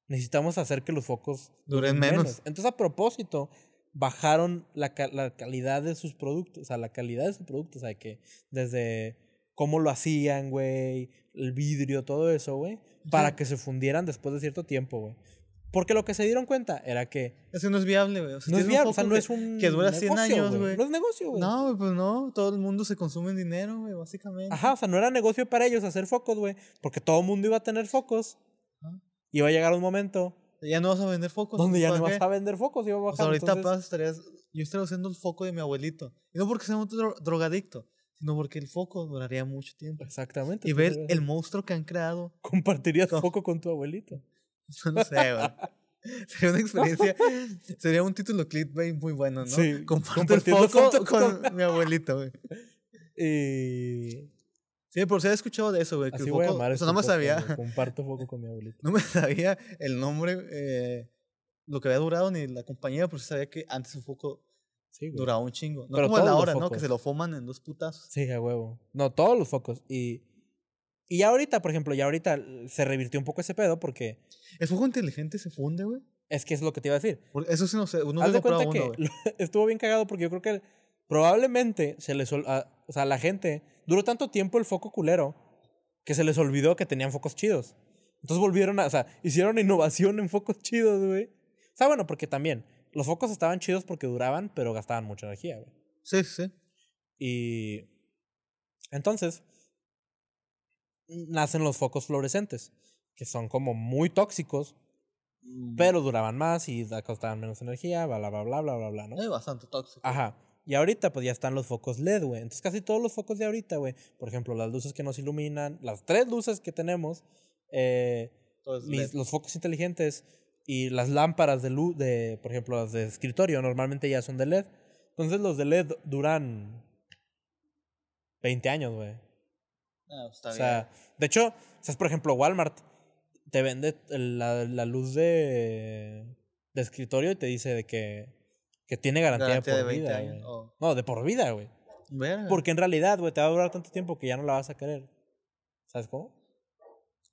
Speaker 1: necesitamos hacer que los focos
Speaker 2: Duren
Speaker 1: menos.
Speaker 2: menos.
Speaker 1: Entonces, a propósito, bajaron la, ca- la calidad de sus productos, o sea, la calidad de su producto, o sea, que desde cómo lo hacían, güey, el vidrio, todo eso, güey, para que se fundieran después de cierto tiempo, güey. Porque lo que se dieron cuenta era que
Speaker 2: Eso no es viable, güey. O sea,
Speaker 1: no es
Speaker 2: tienes un
Speaker 1: viable, o sea,
Speaker 2: foco
Speaker 1: no
Speaker 2: que-
Speaker 1: es un
Speaker 2: que dura 100 años, güey.
Speaker 1: No es negocio, güey.
Speaker 2: No, güey, pues no. Todo el mundo se consume en dinero, güey, básicamente.
Speaker 1: Ajá, o sea, no era negocio para ellos hacer focos, güey. Porque todo el mundo iba a tener focos.
Speaker 2: Ajá.
Speaker 1: Iba a llegar un momento
Speaker 2: Ya no vas a vender focos.
Speaker 1: donde ya
Speaker 2: ¿para
Speaker 1: no
Speaker 2: qué?
Speaker 1: vas a vender focos. Iba a bajar.
Speaker 2: O sea, ahorita
Speaker 1: entonces-
Speaker 2: apenas estarías. Yo estaría usando el foco de mi abuelito. Y no porque sea un dro- drogadicto, sino porque el foco duraría mucho tiempo.
Speaker 1: Exactamente.
Speaker 2: Y ver
Speaker 1: entonces, eh.
Speaker 2: el monstruo que han creado. [laughs]
Speaker 1: Compartirías
Speaker 2: ¿Cómo?
Speaker 1: foco con tu abuelito.
Speaker 2: No sé,
Speaker 1: [laughs]
Speaker 2: güey. Sería una experiencia. Sería un título clickbait muy bueno, ¿no?
Speaker 1: Sí,
Speaker 2: Comparto el
Speaker 1: compartiendo
Speaker 2: foco
Speaker 1: fotos
Speaker 2: con, [laughs] mi abuelito, güey.
Speaker 1: Y...
Speaker 2: Sí, por si he escuchado de eso, güey. que el
Speaker 1: Eh, Así voy a
Speaker 2: foco-
Speaker 1: llamar
Speaker 2: O sea,
Speaker 1: este
Speaker 2: no me
Speaker 1: podcast,
Speaker 2: sabía.
Speaker 1: güey, Comparto foco con mi abuelito.
Speaker 2: [laughs] No me sabía el nombre, eh, lo que había durado ni la compañía, pero sí sabía que antes un foco
Speaker 1: Sí, güey.
Speaker 2: duraba un chingo. No
Speaker 1: Pero
Speaker 2: como la
Speaker 1: todos los
Speaker 2: hora, ¿no? Que
Speaker 1: focos.
Speaker 2: se lo foman en dos putazos.
Speaker 1: Sí, a huevo. No, todos los focos. Y... Y ya ahorita, por ejemplo, ya ahorita se revirtió un poco ese pedo porque
Speaker 2: El foco inteligente se funde, güey.
Speaker 1: es que es lo que te iba a decir.
Speaker 2: Porque eso sí, no sé. Uno
Speaker 1: Haz
Speaker 2: le
Speaker 1: de
Speaker 2: compraba
Speaker 1: cuenta
Speaker 2: uno,
Speaker 1: que
Speaker 2: güey.
Speaker 1: lo- [laughs] estuvo bien cagado porque yo creo que probablemente se les... ol- a- o sea, la gente... Duró tanto tiempo el foco culero que se les olvidó que tenían focos chidos. Entonces volvieron a... O sea, hicieron innovación en focos chidos, güey. O sea, bueno, porque también los focos estaban chidos porque duraban, pero gastaban mucha energía, güey.
Speaker 2: Sí, sí.
Speaker 1: Y entonces, nacen los focos fluorescentes, que son como muy tóxicos,
Speaker 2: Mm.
Speaker 1: pero duraban más y da- costaban menos energía, bla, bla, bla, bla, bla, bla, bla, ¿no?
Speaker 2: Es bastante tóxico.
Speaker 1: Ajá. Y ahorita, pues ya están los focos LED, güey. Entonces, casi todos los focos de ahorita, güey. Por ejemplo, las luces que nos iluminan, las tres luces que tenemos, eh,
Speaker 2: Entonces,
Speaker 1: mis-
Speaker 2: le-
Speaker 1: los focos inteligentes y las lámparas de luz, de, por ejemplo, las de escritorio, normalmente ya son de LED. Entonces, los de LED duran 20 años, güey.
Speaker 2: Ah, está
Speaker 1: O sea, de hecho, ¿sabes? Por ejemplo, Walmart te vende el- la, la luz de, de escritorio y te dice de que, que tiene
Speaker 2: bien.
Speaker 1: garantía,
Speaker 2: Garantía
Speaker 1: de
Speaker 2: de
Speaker 1: por
Speaker 2: 20
Speaker 1: vida.
Speaker 2: años.
Speaker 1: güey.
Speaker 2: Oh.
Speaker 1: No, de por vida, güey.
Speaker 2: Verga.
Speaker 1: Porque en realidad, güey, te va a durar tanto tiempo que ya no la vas a querer. ¿Sabes cómo?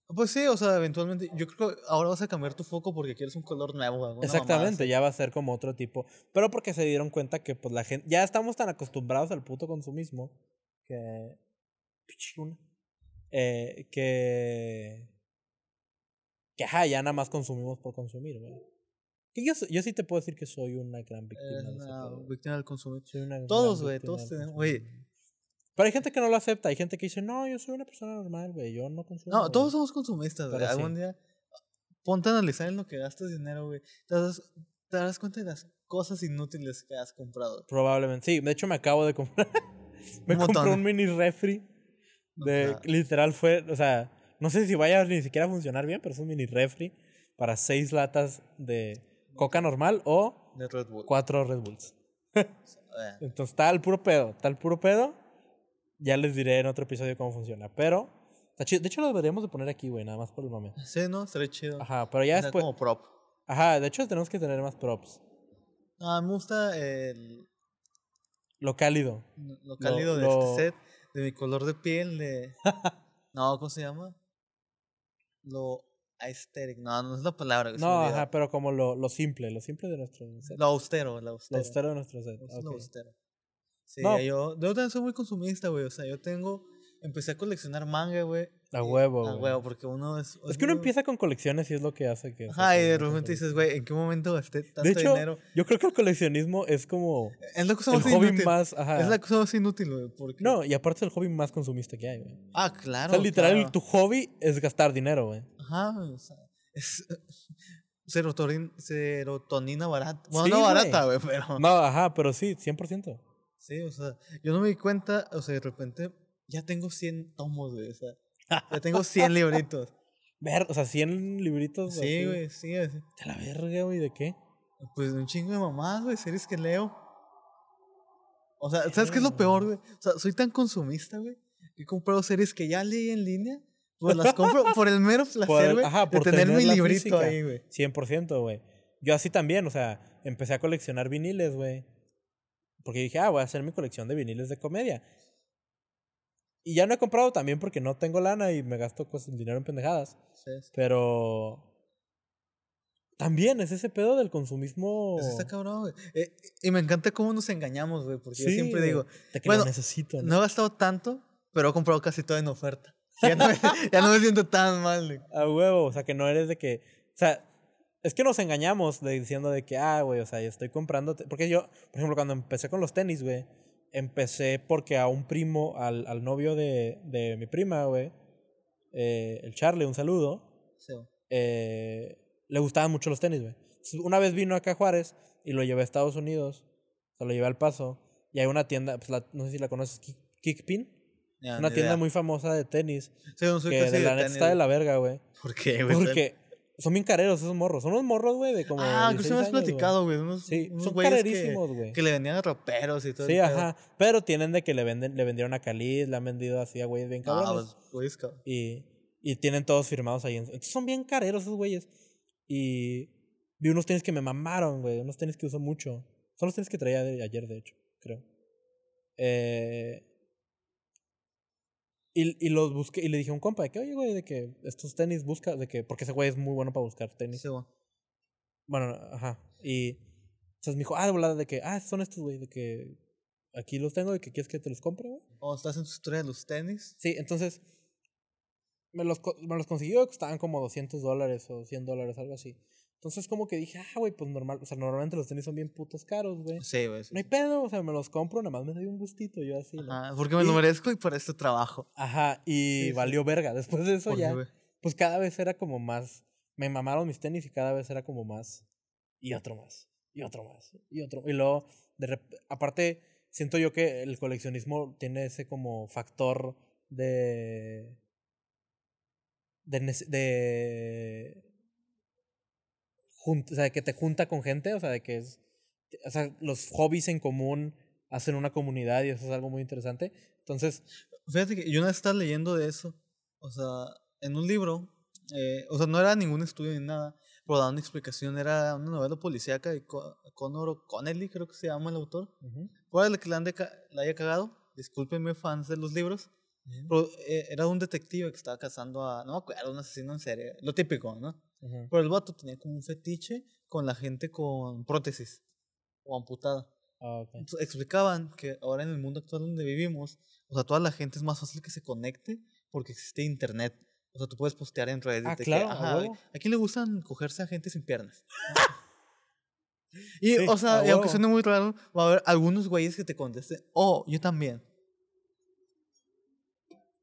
Speaker 2: Pues sí, o sea, eventualmente. Yo creo que ahora vas a cambiar tu foco porque quieres un color nuevo. alguna mamada
Speaker 1: Exactamente,
Speaker 2: así.
Speaker 1: ya va a ser como otro tipo. Pero porque se dieron cuenta que pues la gente, ya estamos tan acostumbrados al puto consumismo que... Pinche luna. Eh, que... Que ajá, ya nada más consumimos por consumir, güey. Que yo, so- yo sí te puedo decir que soy una gran víctima.
Speaker 2: Eres
Speaker 1: de ese
Speaker 2: una
Speaker 1: pedo, güey.
Speaker 2: víctima del consumo.
Speaker 1: Soy una gran
Speaker 2: Todos, güey,
Speaker 1: víctima
Speaker 2: todos
Speaker 1: del
Speaker 2: tenemos-
Speaker 1: consumismo,
Speaker 2: güey.
Speaker 1: mm. Pero hay gente que no lo acepta, hay gente que dice, no, yo soy una persona normal, güey, yo no consumo.
Speaker 2: No,
Speaker 1: güey".
Speaker 2: todos somos consumistas, güey.
Speaker 1: Pero
Speaker 2: Algún
Speaker 1: sí.
Speaker 2: día ponte a analizar en lo que gastas dinero, güey. Te das, te darás cuenta de las cosas inútiles que has comprado.
Speaker 1: Probablemente, sí. De hecho, me acabo de comprar. [laughs] me
Speaker 2: Un
Speaker 1: compré
Speaker 2: montón.
Speaker 1: un mini refri. De,
Speaker 2: Ajá.
Speaker 1: Literal fue, o sea, no sé si vaya ni siquiera a funcionar bien, pero es un mini refri para seis latas de coca normal o
Speaker 2: De Red Bull.
Speaker 1: cuatro Red Bulls.
Speaker 2: Eh,
Speaker 1: Entonces, tal puro pedo, tal puro pedo. Ya les diré en otro episodio cómo funciona. Pero, está chido. De hecho, lo deberíamos de poner aquí, güey, nada más por el mame.
Speaker 2: Sí, ¿no? Estaría chido.
Speaker 1: Ajá, pero ya
Speaker 2: O sea,
Speaker 1: después.
Speaker 2: como prop.
Speaker 1: Ajá, de hecho, tenemos que tener más props.
Speaker 2: Ah, me gusta el,
Speaker 1: Lo cálido.
Speaker 2: lo cálido de
Speaker 1: lo-
Speaker 2: este set, de mi color de
Speaker 1: [laughs]
Speaker 2: piel, de... no, ¿cómo se llama? Lo aesthetic. No, no es la palabra. que se me
Speaker 1: No,
Speaker 2: olvidó.
Speaker 1: ajá, pero como lo, lo simple, lo simple de nuestro set.
Speaker 2: Lo austero, lo austero.
Speaker 1: Lo austero de nuestro set.
Speaker 2: Me gusta lo
Speaker 1: ok.
Speaker 2: austero. Sí,
Speaker 1: No.
Speaker 2: yo, yo también soy muy consumista, güey. O sea, yo tengo... Empecé a coleccionar manga, güey.
Speaker 1: A
Speaker 2: y-
Speaker 1: huevo,
Speaker 2: A
Speaker 1: güey.
Speaker 2: huevo, porque uno es...
Speaker 1: Es que uno
Speaker 2: muy-
Speaker 1: empieza con colecciones y es lo que hace que. seas
Speaker 2: Ajá, y
Speaker 1: un
Speaker 2: de
Speaker 1: gran
Speaker 2: repente
Speaker 1: coleccionista.
Speaker 2: dices, güey, ¿en qué momento gasté tanto
Speaker 1: De hecho,
Speaker 2: dinero?
Speaker 1: yo creo que el coleccionismo es como
Speaker 2: Es la cosa
Speaker 1: el
Speaker 2: más
Speaker 1: hobby
Speaker 2: inútil.
Speaker 1: más. Ajá.
Speaker 2: Es la cosa más inútil, güey. Porque...
Speaker 1: No, y aparte es el hobby más consumista que hay, güey.
Speaker 2: Ah,
Speaker 1: O
Speaker 2: claro.
Speaker 1: sea, literal,
Speaker 2: claro.
Speaker 1: tu hobby es gastar dinero, güey.
Speaker 2: Ajá, güey, o sea, es [laughs] serotonin- serotonina barata. Bueno,
Speaker 1: Sí,
Speaker 2: no
Speaker 1: güey.
Speaker 2: barata, güey, pero.
Speaker 1: No, ajá, pero sí, 100%.
Speaker 2: [laughs] Sí, o sea, yo no me di cuenta, o sea, de repente ya tengo 100 tomos, güey, o sea, ya
Speaker 1: [laughs]
Speaker 2: tengo 100 libritos.
Speaker 1: Ver, o sea, 100 libritos. así,
Speaker 2: Sí, güey, sí, así.
Speaker 1: De la verga, güey, ¿de qué?
Speaker 2: Pues un chingo de mamás, güey, series que leo. O sea, ¿sabes qué es lo
Speaker 1: Verga.
Speaker 2: peor, güey? O sea, soy tan consumista, güey, que he comprado series que ya leí en línea, pues las compro por el mero placer, güey,
Speaker 1: ajá,
Speaker 2: de
Speaker 1: por
Speaker 2: tener mi
Speaker 1: tener la
Speaker 2: librito
Speaker 1: física.
Speaker 2: ahí, güey.
Speaker 1: 100%, güey. Yo así también, o sea, empecé a coleccionar viniles, güey. Porque dije, ah, voy a hacer mi colección de viniles de comedia. Y ya no he comprado también porque no tengo lana y me gasto cosas, dinero en pendejadas.
Speaker 2: Sí, sí.
Speaker 1: Pero. También es ese pedo del consumismo.
Speaker 2: Eso está cabrón, güey. Eh, y me encanta cómo nos engañamos, güey, porque yo
Speaker 1: Sí,
Speaker 2: siempre
Speaker 1: güey.
Speaker 2: digo,
Speaker 1: De que
Speaker 2: Bueno,
Speaker 1: lo necesito. ¿no?
Speaker 2: no he gastado tanto, pero he comprado casi todo en oferta. [laughs] Ya no me, ya no me siento tan mal, güey.
Speaker 1: A huevo, o sea, que no eres de que. O sea, es que nos engañamos de, diciendo de que, ah, güey, o sea, yo estoy comprando. te- Porque yo, por ejemplo, cuando empecé con los tenis, güey, empecé porque a un primo, al, al novio de, de mi prima, güey, eh, el Charlie, un saludo,
Speaker 2: Sí, güey.
Speaker 1: eh, le gustaban mucho los tenis, güey. Entonces, Una vez vino acá a Juárez y lo llevé a Estados Unidos, o sea, lo llevé al paso, y hay una tienda, pues la- no sé si la conoces, Kick- Kickpin,
Speaker 2: Ya,
Speaker 1: una
Speaker 2: ni
Speaker 1: tienda
Speaker 2: idea.
Speaker 1: muy famosa de tenis,
Speaker 2: Sí, no soy
Speaker 1: que
Speaker 2: casi
Speaker 1: de la neta
Speaker 2: tenis,
Speaker 1: está de
Speaker 2: güey.
Speaker 1: la verga, güey.
Speaker 2: ¿Por qué, güey?
Speaker 1: Porque son bien careros esos morros. Son unos morros, güey, de como.
Speaker 2: Ah, incluso
Speaker 1: 16
Speaker 2: me has
Speaker 1: años, güey.
Speaker 2: platicado, güey. Unos,
Speaker 1: Sí,
Speaker 2: unos
Speaker 1: son
Speaker 2: güeyes que-
Speaker 1: carerísimos, güey.
Speaker 2: Que, le vendían a raperos y todo.
Speaker 1: Sí,
Speaker 2: el pedo.
Speaker 1: ajá. Pero tienen de que le venden, le vendieron a Khalid, le han vendido así a güeyes bien
Speaker 2: Ah,
Speaker 1: cabrones.
Speaker 2: pues, güeyes, cabrón.
Speaker 1: y, y tienen todos firmados ahí. en- Entonces son bien careros esos güeyes. Y vi unos tenis que me mamaron, güey. Unos tenis que uso mucho. Son los tenis que traía de ayer, de hecho, creo. Eh, y, y los busqué y le dije a un compa de que, oye, güey, de que estos tenis busca, de que, porque ese güey es muy bueno para buscar tenis.
Speaker 2: Sí, güey.
Speaker 1: Bueno, ajá. Y entonces me dijo, ah, de volada, de que, ah, son estos, güey, de que aquí los tengo, de que quieres que te los compre, güey.
Speaker 2: O Oh, estás en tu historia de los tenis.
Speaker 1: Sí, entonces me los, co- me los consiguió, estaban como 200 dólares o 100 dólares, algo así. Entonces como que dije, ah, güey, pues normal, o sea, normalmente los tenis son bien putos caros, güey.
Speaker 2: Sí, güey. Pues, sí.
Speaker 1: No hay pedo, o sea, me los compro, nada más me doy un gustito, yo así. ¿no? Ajá,
Speaker 2: Ajá, porque me lo
Speaker 1: Y-
Speaker 2: merezco y por este trabajo.
Speaker 1: y
Speaker 2: Sí, sí.
Speaker 1: valió verga. Después de eso
Speaker 2: Porque,
Speaker 1: ya,
Speaker 2: güey,
Speaker 1: pues cada vez era como más, me mamaron mis tenis y cada vez era como más, y otro más, y otro más, y otro. Y luego, de rep- aparte, siento yo que el coleccionismo tiene ese como factor de... De, nece- de jun- o sea, que te junta con gente, o sea, de que es, o sea, los hobbies en común hacen una comunidad y eso es algo muy interesante. Entonces,
Speaker 2: pues, Fíjate que yo una vez estaba leyendo de eso, o sea, en un libro, eh, o sea, no era ningún estudio ni nada, pero daba una explicación, era una novela policíaca de Co- Conor O'Connelly, creo que se llama el autor.
Speaker 1: ujú,
Speaker 2: Por el que la, han de ca- la haya cagado, discúlpenme fans de los libros, pero eh, era un detective que estaba cazando a, no me acuerdo, un asesino en serie, lo típico, ¿no?
Speaker 1: ujú,
Speaker 2: Pero el vato tenía como un fetiche con la gente con prótesis o amputada.
Speaker 1: ah, ok.
Speaker 2: Entonces, explicaban que ahora en el mundo actual donde vivimos, o sea, toda la gente es más fácil que se conecte porque existe internet. O sea, tú puedes postear en redes.
Speaker 1: Ah,
Speaker 2: de que,
Speaker 1: claro, a
Speaker 2: "Ajá, güey,
Speaker 1: huevo.
Speaker 2: ¿A quién le gustan cogerse a gente sin
Speaker 1: [laughs]
Speaker 2: piernas? y,
Speaker 1: Sí,
Speaker 2: o sea,
Speaker 1: a
Speaker 2: y aunque
Speaker 1: huevo.
Speaker 2: suene muy raro, va a haber algunos güeyes que te contesten, oh, yo también.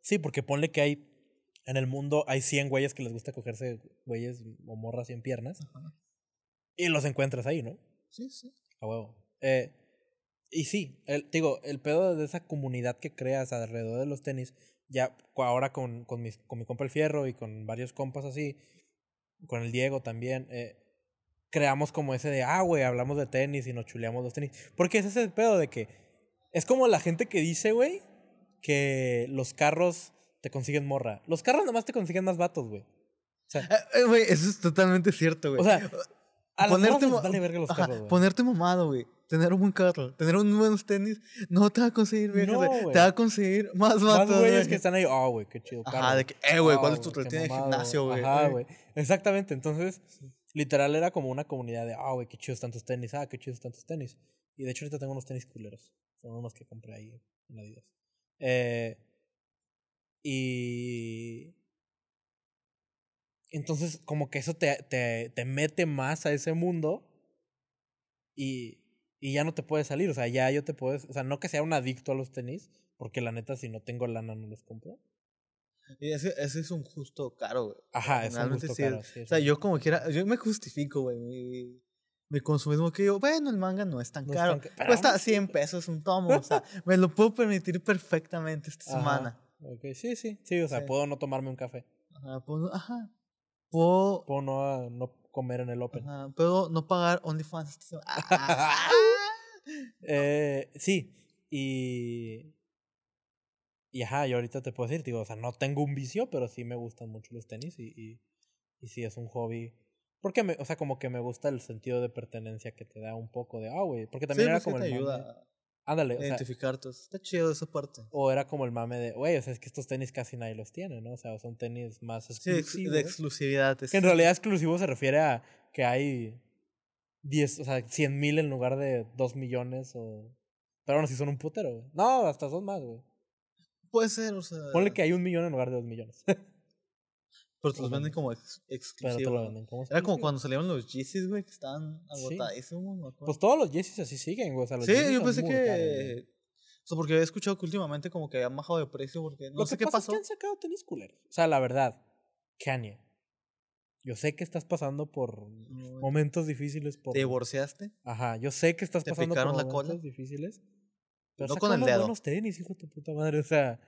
Speaker 1: Sí, porque ponle que hay. En el mundo hay 100 güeyes que les gusta cogerse güeyes o morras sin piernas.
Speaker 2: Ajá.
Speaker 1: Y los encuentras ahí, ¿no?
Speaker 2: Sí, sí.
Speaker 1: A huevo. Eh, y sí, el, te digo, el pedo de esa comunidad que creas alrededor de los tenis, ya cu- ahora con, con, mis- con mi compa el Fierro y con varios compas así, con el Diego también, eh, creamos como ese de, ah, güey, hablamos de tenis y nos chuleamos los tenis. Porque ese es el pedo de que es como la gente que dice, güey, que los carros te consiguen morra. Los carros nada más te consiguen más vatos, güey. O sea,
Speaker 2: [laughs] Eh, eh, Güey, eso es totalmente cierto, güey.
Speaker 1: o sea a las morras
Speaker 2: ponerte
Speaker 1: les
Speaker 2: mo-
Speaker 1: vale verga los
Speaker 2: Ajá,
Speaker 1: carros, güey.
Speaker 2: ponerte mamado, güey. Tener un buen carro, tener unos buenos tenis, no te va a conseguir viejas,
Speaker 1: No,
Speaker 2: güey,
Speaker 1: güey.
Speaker 2: te va a conseguir más
Speaker 1: Más
Speaker 2: vatos.
Speaker 1: güeyes
Speaker 2: güey.
Speaker 1: que están ahí, oh, güey, qué chido carro.
Speaker 2: Ajá, de que, eh, güey, ¿cuál
Speaker 1: Ah,
Speaker 2: es tu
Speaker 1: güey, qué
Speaker 2: rutina de
Speaker 1: mamada,
Speaker 2: gimnasio, güey?
Speaker 1: Ajá,
Speaker 2: Eh,
Speaker 1: güey. Exactamente. Entonces, literal era como una comunidad de, ah, güey, qué chidos están tus tenis. Ah, qué chidos están tus tenis. Y de hecho ahorita tengo unos tenis culeros. Son unos que compré ahí en Adidas. Eh, y... Entonces, como que eso te, te, te mete más a ese mundo y, y ya no te puedes salir. O sea, ya yo te puedes... O sea, no que sea un adicto a los tenis, porque la neta, si no tengo lana, no los compro.
Speaker 2: Y ese, ese es un justo caro, güey.
Speaker 1: Ajá, es un
Speaker 2: Generalmente
Speaker 1: gusto
Speaker 2: sí es-
Speaker 1: caro. sí,
Speaker 2: O sea,
Speaker 1: sí.
Speaker 2: yo como quiera, yo me justifico, güey. Mi, mi consumismo que yo, bueno, el manga no es tan
Speaker 1: No es
Speaker 2: caro.
Speaker 1: tan ca- pero aún
Speaker 2: Cuesta
Speaker 1: así,
Speaker 2: 100 pesos un tomo,
Speaker 1: [laughs]
Speaker 2: o sea, me lo puedo permitir perfectamente esta
Speaker 1: Ajá.
Speaker 2: semana.
Speaker 1: Ok, sí, sí. Sí, o sea,
Speaker 2: Sí.
Speaker 1: puedo no tomarme un café.
Speaker 2: Ajá, puedo, ajá, puedo,
Speaker 1: Puedo no, ah, no comer en el Open.
Speaker 2: ajá, puedo no pagar OnlyFans
Speaker 1: [laughs]
Speaker 2: esta semana. Ah,
Speaker 1: Eh, sí, y. Y ajá, yo ahorita te puedo decir, digo, o sea, no tengo un vicio, pero sí me gustan mucho los tenis y, y, y sí es un hobby. Porque, me, o sea, como que me gusta el sentido de pertenencia que te da un poco de, ah, güey, porque también
Speaker 2: sí,
Speaker 1: era
Speaker 2: pues, sí
Speaker 1: como el
Speaker 2: te
Speaker 1: mame.
Speaker 2: ayuda a
Speaker 1: Ándale, o sea,
Speaker 2: identificarte. Está chido esa parte.
Speaker 1: o era como el mame de, güey, o sea, es que estos tenis casi nadie los tiene, ¿no? O sea, son tenis más
Speaker 2: Sí, de,
Speaker 1: exclusivos.
Speaker 2: ex- de exclusividad. este,
Speaker 1: Que en
Speaker 2: es-
Speaker 1: realidad exclusivo se refiere a que hay 10, o sea, 100 mil en lugar de 2 millones o... Pero aún así son un putero, güey. No, hasta son más, güey.
Speaker 2: Puede ser, o sea.
Speaker 1: Ponle que hay un millón en lugar de 2
Speaker 2: [laughs]
Speaker 1: millones.
Speaker 2: Pero te los
Speaker 1: Ajá.
Speaker 2: venden como ex-
Speaker 1: Pero te lo
Speaker 2: exclusivos. ¿no?
Speaker 1: venden como
Speaker 2: Era como
Speaker 1: exclusivo.
Speaker 2: cuando salieron los Yeezys, güey, que estaban
Speaker 1: Sí.
Speaker 2: agotadísimos. me acuerdo.
Speaker 1: Pues todos los Yeezys así siguen, güey. O sea, los
Speaker 2: sí,
Speaker 1: Yeezys
Speaker 2: yo
Speaker 1: son
Speaker 2: pensé
Speaker 1: muy
Speaker 2: que.
Speaker 1: caros, güey.
Speaker 2: o sea, porque he escuchado que últimamente como que habían bajado de precio porque no
Speaker 1: Lo
Speaker 2: sé
Speaker 1: que
Speaker 2: qué
Speaker 1: pasa es
Speaker 2: pasó.
Speaker 1: que han sacado tenis culeros. O sea, la verdad, Kanye, yo sé que estás pasando por
Speaker 2: No, güey.
Speaker 1: momentos difíciles por...
Speaker 2: ¿Te divorciaste?
Speaker 1: Ajá, yo sé que estás
Speaker 2: ¿Te
Speaker 1: pasando por
Speaker 2: picaron la
Speaker 1: momentos
Speaker 2: cola?
Speaker 1: difíciles. Pero
Speaker 2: No
Speaker 1: saca
Speaker 2: con el
Speaker 1: unos
Speaker 2: dedo.
Speaker 1: buenos tenis, hijo de tu puta madre. O sea,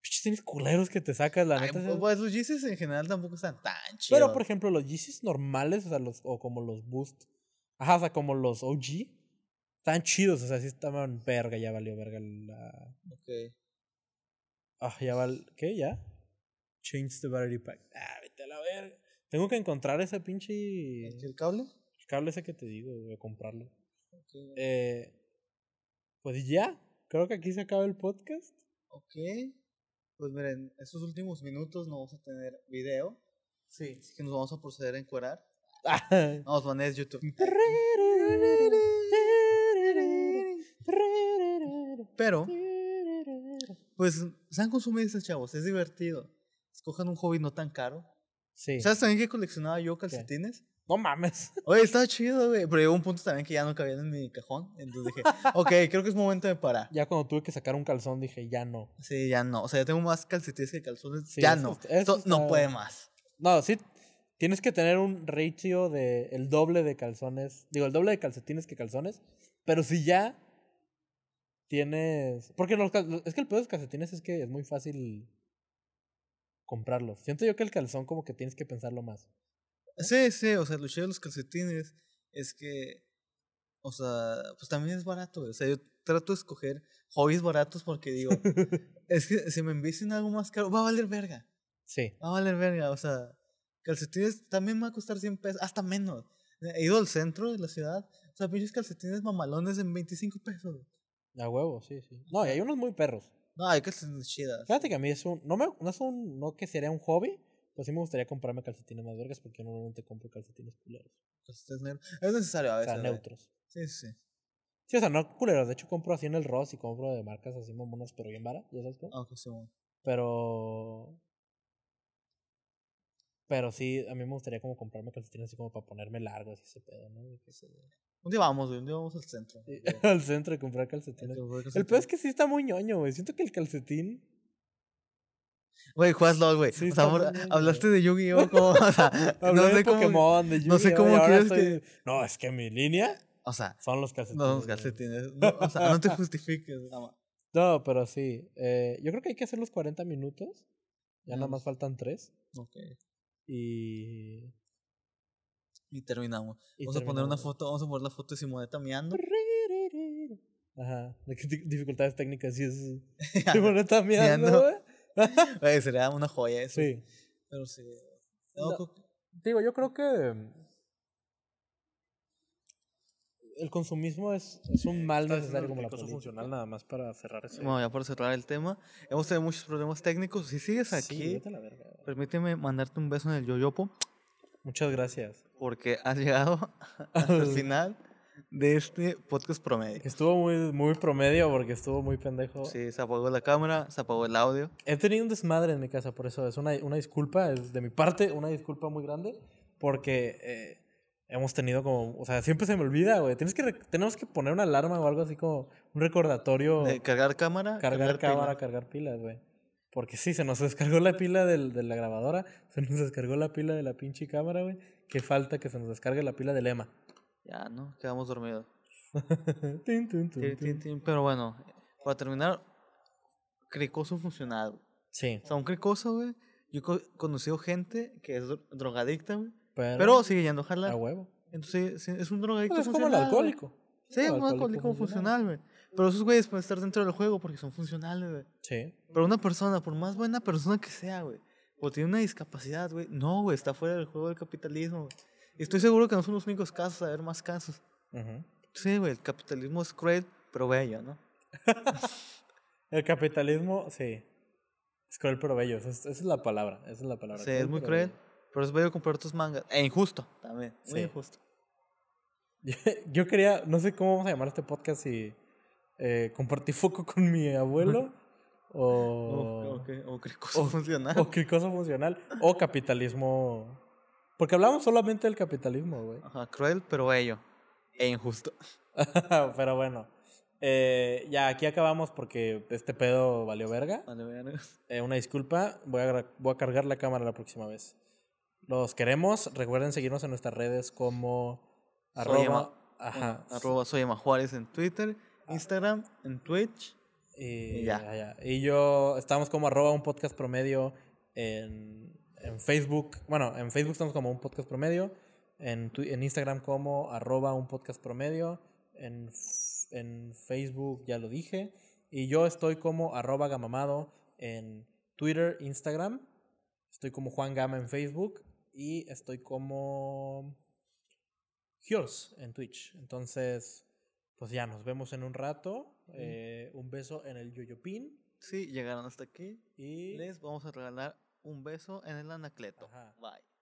Speaker 1: pinches tenis culeros que te sacas, la
Speaker 2: Ay,
Speaker 1: neta.
Speaker 2: pues,
Speaker 1: es-
Speaker 2: pues, los Yeezys en general tampoco están tan chidos.
Speaker 1: pero, por ejemplo, los Yeezys normales, o sea, los, o como los Boost, ajá, o sea, como los OG, están chidos, o sea, sí estaban verga, ya valió verga la...
Speaker 2: Ok.
Speaker 1: Ah, ya val... ¿Qué? ¿Ya? Change the battery pack. Ah, vete a la verga. Tengo que encontrar ese pinche
Speaker 2: ¿El cable?
Speaker 1: cable ese que te digo, voy a comprarlo.
Speaker 2: Ok.
Speaker 1: Eh, pues ya, creo que aquí se acaba el podcast.
Speaker 2: Ok. Pues miren, estos últimos minutos no vamos a tener video.
Speaker 1: Sí.
Speaker 2: Así que nos vamos a proceder a encuerar. Vamos, van es YouTube. Pero, pues, sean consumistas, chavos. Es divertido. Escojan un hobby no tan caro.
Speaker 1: Sí.
Speaker 2: ¿Sabes también que coleccionaba yo calcetines?
Speaker 1: no mames. [laughs]
Speaker 2: Oye, estaba chido, güey. Pero llegó un punto también que ya no cabían en mi cajón. Entonces
Speaker 1: [laughs]
Speaker 2: dije, ok, creo que es momento de parar.
Speaker 1: Ya cuando tuve que sacar un calzón dije, ya no.
Speaker 2: Sí, ya no. O sea, ya tengo más calcetines que calzones.
Speaker 1: Sí,
Speaker 2: ya
Speaker 1: eso
Speaker 2: no.
Speaker 1: está- eso
Speaker 2: Esto no
Speaker 1: está-
Speaker 2: puede más.
Speaker 1: No, sí. Tienes que tener un ratio de el doble de calzones. Digo, el doble de calcetines que calzones. Pero si ya tienes. Porque los cal- es que el pedo de los calcetines es que es muy fácil comprarlos. Siento yo que el calzón, como que tienes que pensarlo más.
Speaker 2: Sí, sí, o sea, lo chido de los calcetines es que, o sea, pues también es barato, güey. O sea, yo trato de escoger hobbies baratos
Speaker 1: [laughs]
Speaker 2: porque digo, es que si me envicen algo más caro, va a valer verga,
Speaker 1: Sí.
Speaker 2: va a valer verga, o sea, calcetines también me va a costar 100 pesos, hasta menos. He ido al centro de la ciudad, o sea, pinches calcetines mamalones en 25 pesos. güey.
Speaker 1: A huevo, sí, sí. No, y hay unos muy perros.
Speaker 2: No, hay calcetines chidas.
Speaker 1: Fíjate que a mí es un. No, me, no es un. No que sería un hobby. Pues sí me gustaría comprarme calcetines más vergas porque yo normalmente compro calcetines culeros.
Speaker 2: calcetines negros. Es necesario a
Speaker 1: O
Speaker 2: veces.
Speaker 1: sea,
Speaker 2: güey.
Speaker 1: neutros.
Speaker 2: Sí, sí. sí.
Speaker 1: Sí, o sea, no culeros. De hecho, compro así en el Ross y compro de marcas así mamonas, pero bien baratas, ya sabes cómo.
Speaker 2: Ah, ok, sí, bueno.
Speaker 1: Pero. Pero sí, a mí me gustaría como comprarme calcetines así como para ponerme largos y ese pedo, ¿no? Y que se-
Speaker 2: Un día vamos, güey, un día vamos al centro.
Speaker 1: [laughs] Sí,
Speaker 2: güey.
Speaker 1: Al centro y comprar calcetines. El peor es que sí está muy ñoño, güey. Siento que el calcetín.
Speaker 2: Güey, juegas LOL, güey.
Speaker 1: Sí,
Speaker 2: o sea,
Speaker 1: está
Speaker 2: ahora-
Speaker 1: muy bien, güey.
Speaker 2: hablaste de Yu-Gi-Oh! como, o sea,
Speaker 1: [laughs] Hablé
Speaker 2: no
Speaker 1: de
Speaker 2: sé cómo.
Speaker 1: Pokémon, de
Speaker 2: no sé
Speaker 1: Yu-Gi-Oh, y
Speaker 2: cómo
Speaker 1: ahora
Speaker 2: quieres que-
Speaker 1: estoy- No, es que mi línea
Speaker 2: O sea,
Speaker 1: son los calcetines.
Speaker 2: no los
Speaker 1: güey.
Speaker 2: calcetines. No, o sea, no te justifiques. nada más.
Speaker 1: No, pero sí. eh, yo creo que hay que hacer los 40 minutos. Ya nada
Speaker 2: Mm.
Speaker 1: más faltan 3.
Speaker 2: Ok.
Speaker 1: Y.
Speaker 2: Y terminamos.
Speaker 1: y
Speaker 2: vamos a poner una
Speaker 1: terminamos.
Speaker 2: foto, vamos a poner la foto de Simoneta
Speaker 1: [laughs]
Speaker 2: miando. [laughs]
Speaker 1: Ajá, de que di- dificultades técnicas, sí, sí. Sí, bueno, está mirando,
Speaker 2: Mirando.
Speaker 1: güey.
Speaker 2: Güey, sería una joya eso.
Speaker 1: Sí.
Speaker 2: Pero sí. No,
Speaker 1: No.
Speaker 2: creo que-
Speaker 1: Digo, yo creo que mm, el consumismo es, es un mal
Speaker 3: Estás
Speaker 1: necesario
Speaker 3: haciendo
Speaker 1: como
Speaker 3: el
Speaker 1: la
Speaker 3: coso
Speaker 1: política.
Speaker 3: funcional nada más para cerrar eso.
Speaker 2: Bueno, ya para cerrar el tema, hemos tenido muchos problemas técnicos. Si sigues
Speaker 1: Sí,
Speaker 2: aquí,
Speaker 1: vete a la verga, güey.
Speaker 2: permíteme mandarte un beso en el yoyopo,
Speaker 1: Muchas gracias.
Speaker 2: porque
Speaker 1: [laughs]
Speaker 2: has llegado hasta el final de este podcast promedio.
Speaker 1: Estuvo muy, muy promedio porque estuvo muy pendejo.
Speaker 2: Sí, se apagó la cámara, se apagó el audio.
Speaker 1: He tenido un desmadre en mi casa, por eso es una, una disculpa, es de mi parte una disculpa muy grande, porque eh, hemos tenido como, o sea, siempre se me olvida, güey. Tienes que re- tenemos que poner una alarma o algo así como un recordatorio,
Speaker 2: de Eh, cargar cámara.
Speaker 1: Oh. cargar
Speaker 2: pila.
Speaker 1: cámara, cargar pilas, güey. Porque sí, se nos descargó la pila del- de la grabadora, se nos descargó la pila de la pinche cámara, güey. Qué falta que se nos descargue la pila del EMA.
Speaker 2: Ya, ¿no? Quedamos dormidos.
Speaker 1: Tin, tin, tin,
Speaker 2: Tin, tin,
Speaker 1: tin.
Speaker 2: tin. Pero bueno, para terminar, cricoso funcionado.
Speaker 1: Sí,
Speaker 2: O sea, un cricoso, güey. Yo he co- conocido gente que es dro- drogadicta, güey.
Speaker 1: pero,
Speaker 2: Pero sigue yendo a jalar.
Speaker 1: a huevo. Pues
Speaker 2: Entonces, sí, es un drogadicto
Speaker 1: es como el
Speaker 2: funcional, güey.
Speaker 1: alcohólico. como
Speaker 2: Sí, es
Speaker 1: el
Speaker 2: un alcohólico funcional, güey. Pero esos güeyes pueden estar dentro del juego porque son funcionales, güey.
Speaker 1: Sí.
Speaker 2: Pero una persona, por más buena persona que sea, güey, o tiene una discapacidad, güey, no, güey, está fuera del juego del capitalismo, güey. Y estoy seguro que no son los únicos casos, a ver más casos.
Speaker 1: Ujú.
Speaker 2: Sí, güey, el capitalismo es cruel, pero bello, ¿no?
Speaker 1: El capitalismo, sí. Es cruel pero bello. Esa es, esa es la palabra. Esa es la palabra.
Speaker 2: Sí, es muy
Speaker 1: pero
Speaker 2: cruel,
Speaker 1: bello.
Speaker 2: pero es bello comprar tus mangas. E injusto también, muy
Speaker 1: Sí.
Speaker 2: injusto.
Speaker 1: [laughs] Yo, yo quería, no sé cómo vamos a llamar este podcast si eh, compartí foco [laughs] con mi
Speaker 2: [laughs]
Speaker 1: abuelo
Speaker 2: O,
Speaker 1: o,
Speaker 2: o, que- o que cosa
Speaker 1: o-
Speaker 2: funcional.
Speaker 1: o qué cosa funcional o capitalismo. Porque hablamos solamente del capitalismo, güey.
Speaker 2: Ajá, cruel, pero bello. E injusto.
Speaker 1: [laughs] pero bueno. eh, ya aquí acabamos porque este pedo valió verga.
Speaker 2: Vale, verga.
Speaker 1: Eh, una disculpa, voy a, gra- voy a cargar la cámara la próxima vez. Los queremos, recuerden seguirnos en nuestras redes como
Speaker 2: Soy
Speaker 1: arroba,
Speaker 2: Emma. Mm,
Speaker 1: ajá,
Speaker 2: Arroba soy Emma Juárez en Twitter, Instagram, en Twitch.
Speaker 1: y,
Speaker 2: y ya.
Speaker 1: ah, ya. Y yo estamos como arroba un podcast promedio en, en Facebook, bueno, en Facebook estamos como un podcast promedio, en, Twi- en Instagram como arroba un podcast promedio, en, f- en Facebook ya lo dije, y yo estoy como arroba gamamado en Twitter, Instagram. Estoy como Juan Gama en Facebook y estoy como Gios en Twitch. Entonces, pues ya nos vemos en un rato. Eh, un beso en el yoyopin
Speaker 2: Sí, llegaron hasta aquí.
Speaker 1: y
Speaker 2: Les vamos a regalar un beso en el anacleto.
Speaker 1: Ajá.
Speaker 2: Bye.